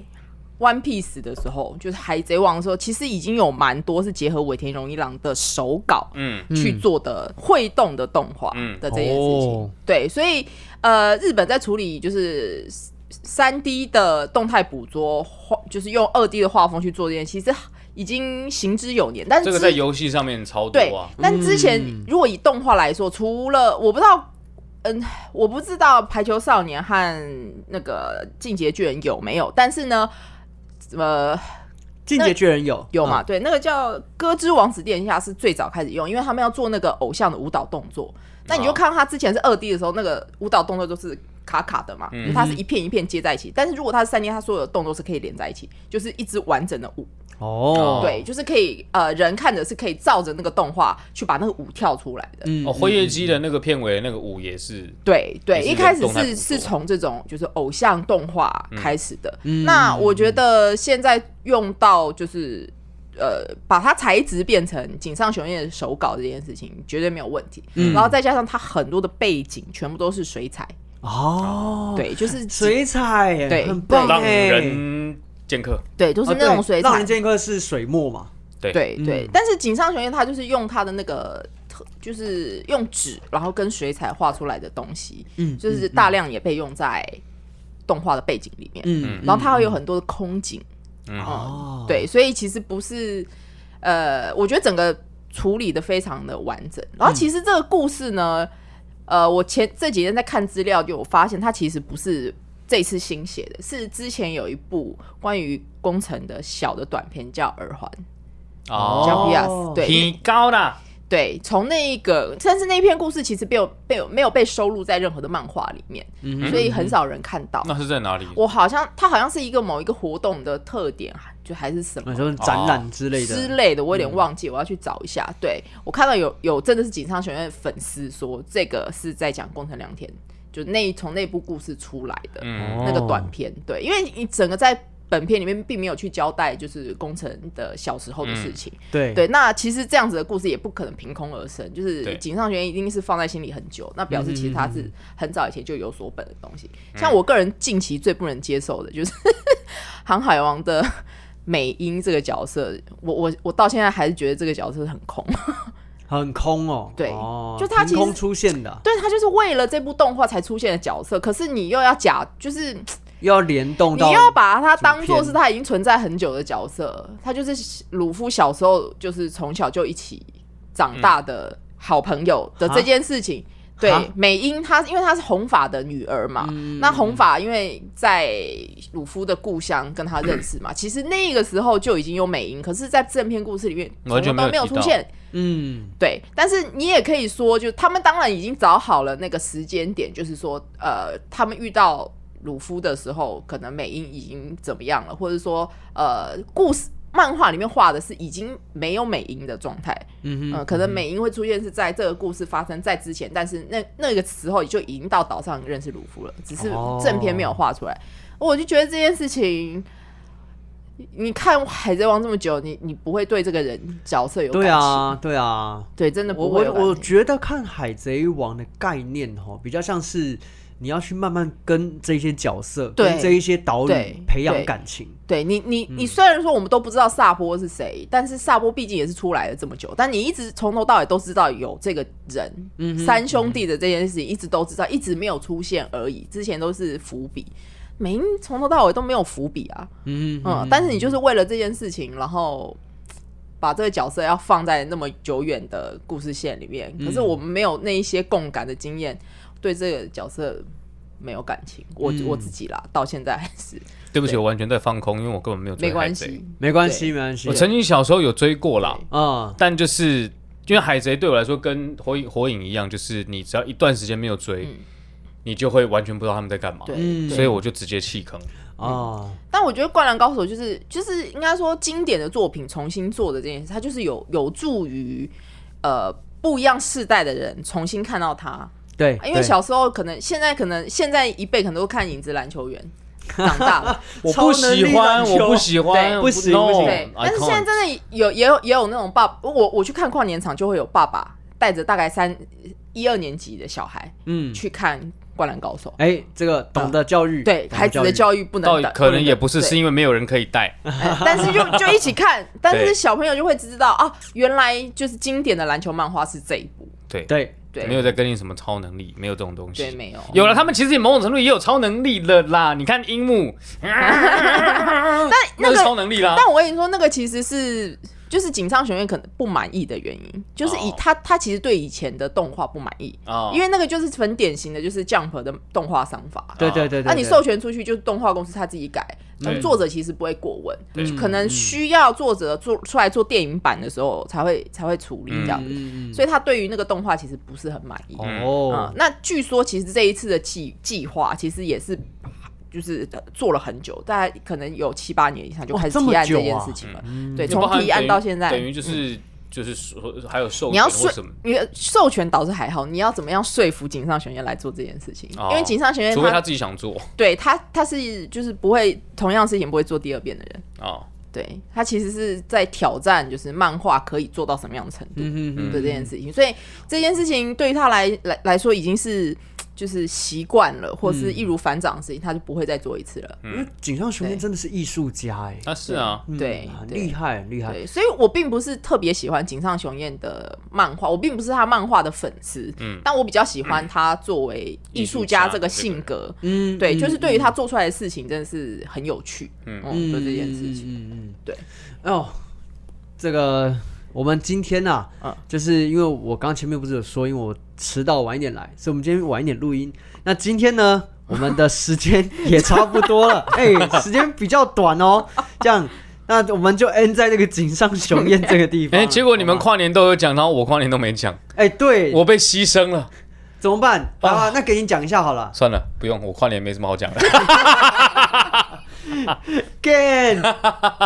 F: One Piece 的时候，就是海贼王的时候，其实已经有蛮多是结合尾田荣一郎的手稿，
E: 嗯，
F: 去做的会动的动画
E: 嗯
F: 的这件事情。
D: 哦
F: 对，所以呃，日本在处理就是三 D 的动态捕捉画，就是用二 D 的画风去做这件事，其实已经行之有年。但是
E: 这个
F: 之
E: 在游戏上面超多
F: 对
E: 啊，，
F: 但之前如果以动画来说，除了我不知道。嗯，我不知道《排球少年》和那个《进阶巨人》有没有，但是呢，呃，
D: 进阶巨人有
F: 有嘛？
D: 嗯
F: 对，那个叫《歌之王子殿下》是最早开始用，因为他们要做那个偶像的舞蹈动作。
D: 嗯
F: 那你就看到他之前是二 D 的时候，那个舞蹈动作都是卡卡的嘛，
E: 嗯
F: 就它是一片一片接在一起。但是如果它是三 D，它所有的动作是可以连在一起，就是一支完整的舞。
D: 哦，
F: 对，就是可以呃，人看着是可以照着那个动画去把那个舞跳出来的。
D: 嗯
E: 哦，辉夜姬的那个片尾那个舞也是，
F: 对对，
E: 也是
F: 一开始
E: 动态捕
F: 是
E: 捉
F: 是从这种就是偶像动画开始的。
D: 嗯
F: 那我觉得现在用到就是呃，把它材质变成井上雄彦的手稿这件事情绝对没有问题。
E: 嗯
F: 然后再加上它很多的背景全部都是水彩，
D: 哦，
F: 对，就是
D: 水彩耶，
F: 对
D: 很棒
E: 让
D: 哎。
E: 人剑客，
F: 对，都是
D: 啊
F: 那种
D: 对
F: 水
D: 让
F: 彩
D: 人。见客是水墨嘛？
F: 对
D: 嗯
F: 对，但是井上雄彦他就是用他的那个特，就是用纸，然后跟水彩画出来的东西，
D: 嗯
F: 就是大量也被用在动画的背景里面。
D: 嗯
F: 然后它会有很多的空景，
D: 哦，
F: 对，所以其实不是，呃，我觉得整个处理的非常的完整。然后其实这个故事呢，呃，我前这几天在看资料就有发现，它其实不是这次新写的，是之前有一部关于工程的小的短片叫《耳环》，
E: 哦，
F: 叫《Pias》，对
E: 挺高的，
F: 对，从那个，但是那篇故事其实被我被我没有被收录在任何的漫画里面，所以
D: 嗯
F: 很少人看到。
E: 那是在哪里？
F: 我好像它好像是一个某一个活动的特点，就还是什么
D: 那就是展览哦之类的，
F: 哦之类的，我有点忘记，我要去找一下。对我看到有有真的是井上雄彦粉丝说，这个是在讲宫城良田，就那一从那部故事出来的
E: 嗯，
F: 那个短片。对，因为你整个在本片里面并没有去交代，就是宫城的小时
D: 嗯
F: 候的事情。
D: 对
F: 对，那其实这样子的故事也不可能凭空而生，就是
E: 对
F: 井上学院一定是放在心里很久，那表示其实他是很早以前就有所本的东西。像我个人近期最不能接受的就是《航海王》的美英这个角色，我我我到现在还是觉得这个角色很空，
D: 很空哦，
F: 对
D: 哦
F: 就它其
D: 凭
F: 实
D: 空出现的，
F: 对他就是为了这部动画才出现的角色，可是你又要假就是。
D: 要联动到
F: 你要把它当
D: 主
F: 做
D: 片
F: 是他已经存在很久的角色，他就是鲁夫小时候就是从小就一起长大的好朋友的
E: 啊
F: 这件事情。对
D: 哈，
F: 美英她因为她是红发的女儿嘛，
E: 嗯
F: 那红发因为在鲁夫的故乡跟他认识嘛，其实那个时候就已经有美英，可是，在正篇故事里面从
E: 完
F: 头
E: 全没
F: 到
E: 有
F: 没有
E: 提
F: 出
E: 到
F: 现，
D: 嗯
F: 对，但是你也可以说，就他们当然已经找好了那个时间点，就是说，呃，他们遇到鲁夫的时候，可能美英已经怎么样了，或者说，呃，故事漫画里面画的是已经没有美英的状态，
D: 嗯
F: 嗯、
D: 哼，
F: 可能美英会出现是在这个故事发生在之前，但是那那个时候就已经到岛上认识鲁夫了，只是
D: 哦
F: 正片没有画出来。我就觉得这件事情，你看《海贼王》这么久，你你不会对这个人角色有
D: 对
F: 感情
D: 啊对啊，
F: 对，真的
D: 我
F: 不会有
D: 我
F: 感情。
D: 我觉得看《海贼王》的概念哦，比较像是你要去慢慢跟这些角色、
F: 对
D: 跟这一些岛
F: 对
D: 屿培养
F: 对
D: 感情。
F: 对你，你
D: 嗯
F: 你虽然说我们都不知道萨波是谁，但是萨波毕竟也是出来了这么久，但你一直从头到尾都知道有这个人，
D: 嗯
F: 三兄弟的这件事情一直都知道，一直没有出现而已，之前都是伏笔。美英从头到尾都没有伏笔啊，
D: 嗯哼，
F: 嗯，但是你就是为了这件事情，然后把这个角色要放在那么久远的故事线里面，可是
D: 嗯
F: 我们没有那一些共感的经验，对这个角色没有感情，我、
D: 嗯
F: 我自己啦，到现在还是
E: 对不起，我完全在放空，因为我根本没有追海
F: 没关
E: 贼。
F: 系，
D: 没关系，没关系
E: 我。曾经小时候有追过啦，
F: 嗯
D: 啊，
E: 但就是因为海贼对我来说跟火影火影一样，就是你只要一段时间没有追，
F: 嗯
E: 你就会完全不知道他们在干嘛。
F: 对，
D: 嗯
E: 所以我就直接弃坑。
D: 啊，
F: 但我觉得《灌篮高手》就是就是应该说经典的作品重新做的这件事，它就是有有助于呃不一样世代的人重新看到它，
D: 对，
F: 因为
D: 对
F: 小时候可能现在可能现在一辈可能都看影子篮球员长大了，
E: 我不喜欢，我不喜
F: 对
E: 欢，
D: 不行
E: no，
D: 不行
F: 对，
E: I
F: 但是现在
E: can't
F: 真的有也有也有那种爸，我我去看跨年场就会有爸爸带着大概三一二年级的小孩
D: 嗯，
F: 去看《灌篮高手》。
D: 哎，这个懂得教育，
F: 对
D: 懂
F: 孩子的
D: 育，
F: 教育不能
E: 到
F: 打，
E: 可能也不是，
F: 对
E: 是因为没有人可以带。
F: 哎但是就就一起看，但是
E: 对
F: 小朋友就会知道啊，原来就是经典的篮球漫画是这一部，
E: 对，
D: 对，
F: 对，
E: 没有在跟你什么超能力，没有这种东
F: 对
E: 西。
F: 没有，
E: 有了，他们其实某种程度也有超能力了啦。你看樱木，
F: 但那
E: 是
F: 个，
E: 超能力啦。
F: 但我跟你说，那个其实是就是井上雄彦可能不满意的原因，就是以
E: 哦
F: 他他其实对以前的动画不满意，
E: 啊
F: 因为那个就是很典型的就是 Jump 的动画商法，
D: 对对对对。
F: 那、啊你
D: 对
F: 授权出去就是动画公司他自己改，
E: 对
F: 作者其实不会过问，就可能需要作者做出来做电影版的时候才会才会处理这样子，
D: 嗯嗯
F: 所以他对于那个动画其实不是很满意。
D: 嗯
E: 嗯
F: 嗯
D: 哦，，
F: 那据说其实这一次的计计划其实也是。就是呃做了很久，大概可能有七八年以上就
D: 哇
F: 开始
D: 这么
F: 提案
D: 久
F: 这件
D: 啊
F: 事情了。对，
E: 就包
F: 从
E: 含
F: 提案
E: 等于
F: 到现在，
E: 等于就是就是说还有授
F: 你要
E: 权
F: 说
E: 或什么，
F: 你的授权倒是还好，你要怎么样说服井上雄彦来做这件事情？
E: 哦
F: 因为井上雄彦
E: 除非他
F: 他
E: 自己想做
F: 对他他是就是不会同样事情不会做第二遍的人，
E: 啊。
F: 对他其实是在挑战，就是漫画可以做到什么样的程度
D: 嗯
F: 的这件事情，所以这件事情对于他来来来说已经是就是习惯了，或
D: 嗯
F: 是易如反掌的事情，他就不会再做一次了。
D: 因为井上雄彦
F: 对
D: 真的是艺术家哎，
E: 啊，是啊，
D: 嗯
F: 对
D: 很
F: 对
D: 厉害，很厉害。
F: 对，所以我并不是特别喜欢井上雄彦的漫画，我并不是他漫画的粉丝，
E: 嗯
F: 但我比较喜欢他作为艺术家这个性格，
D: 嗯
F: 对，就是对于他
D: 嗯
F: 做出来的事情真的是很有趣，嗯
E: 嗯，
F: 对这件事
D: 嗯
F: 情，
D: 嗯嗯，嗯
F: 对。
D: 哦，这个我们今天呐、啊，
F: 嗯
D: 就是因为我刚前面不是有说，因为我迟到晚一点来，所以我们今天晚一点录音。那今天呢， 我们的时间也差不多了，哎、时间比较短哦，这样。那我们就 end 在那个井上雄彦这个地 方。
E: 哎、结果你们跨年都有讲，然后我跨年都没讲，
D: 哎、对，
E: 我被牺牲了。
D: 怎么办
E: 啊
D: 啊？那给你讲一下好了
E: 算了，不用，我跨年没什么好 讲的。
D: ，Gan。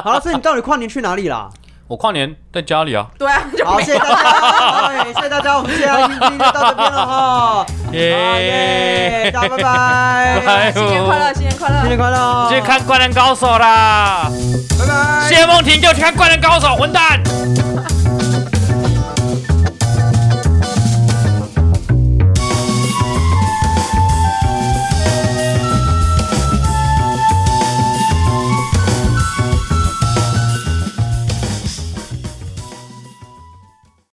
D: 好了，所以你到底跨年去哪里啦？
E: 我跨年在家里啊，
F: 对啊，就
D: 好，
F: 没
D: 谢谢大家，哎对，谢谢大家，我们现在已经到这边了 哈。好啊耶，大家 拜拜，
E: 拜
F: 新年快乐，新年快乐，
D: 哎新年快乐，
E: 去看《灌篮高手》啦！
D: 拜拜。
E: 谢梦婷就去看《灌篮高手》，混蛋！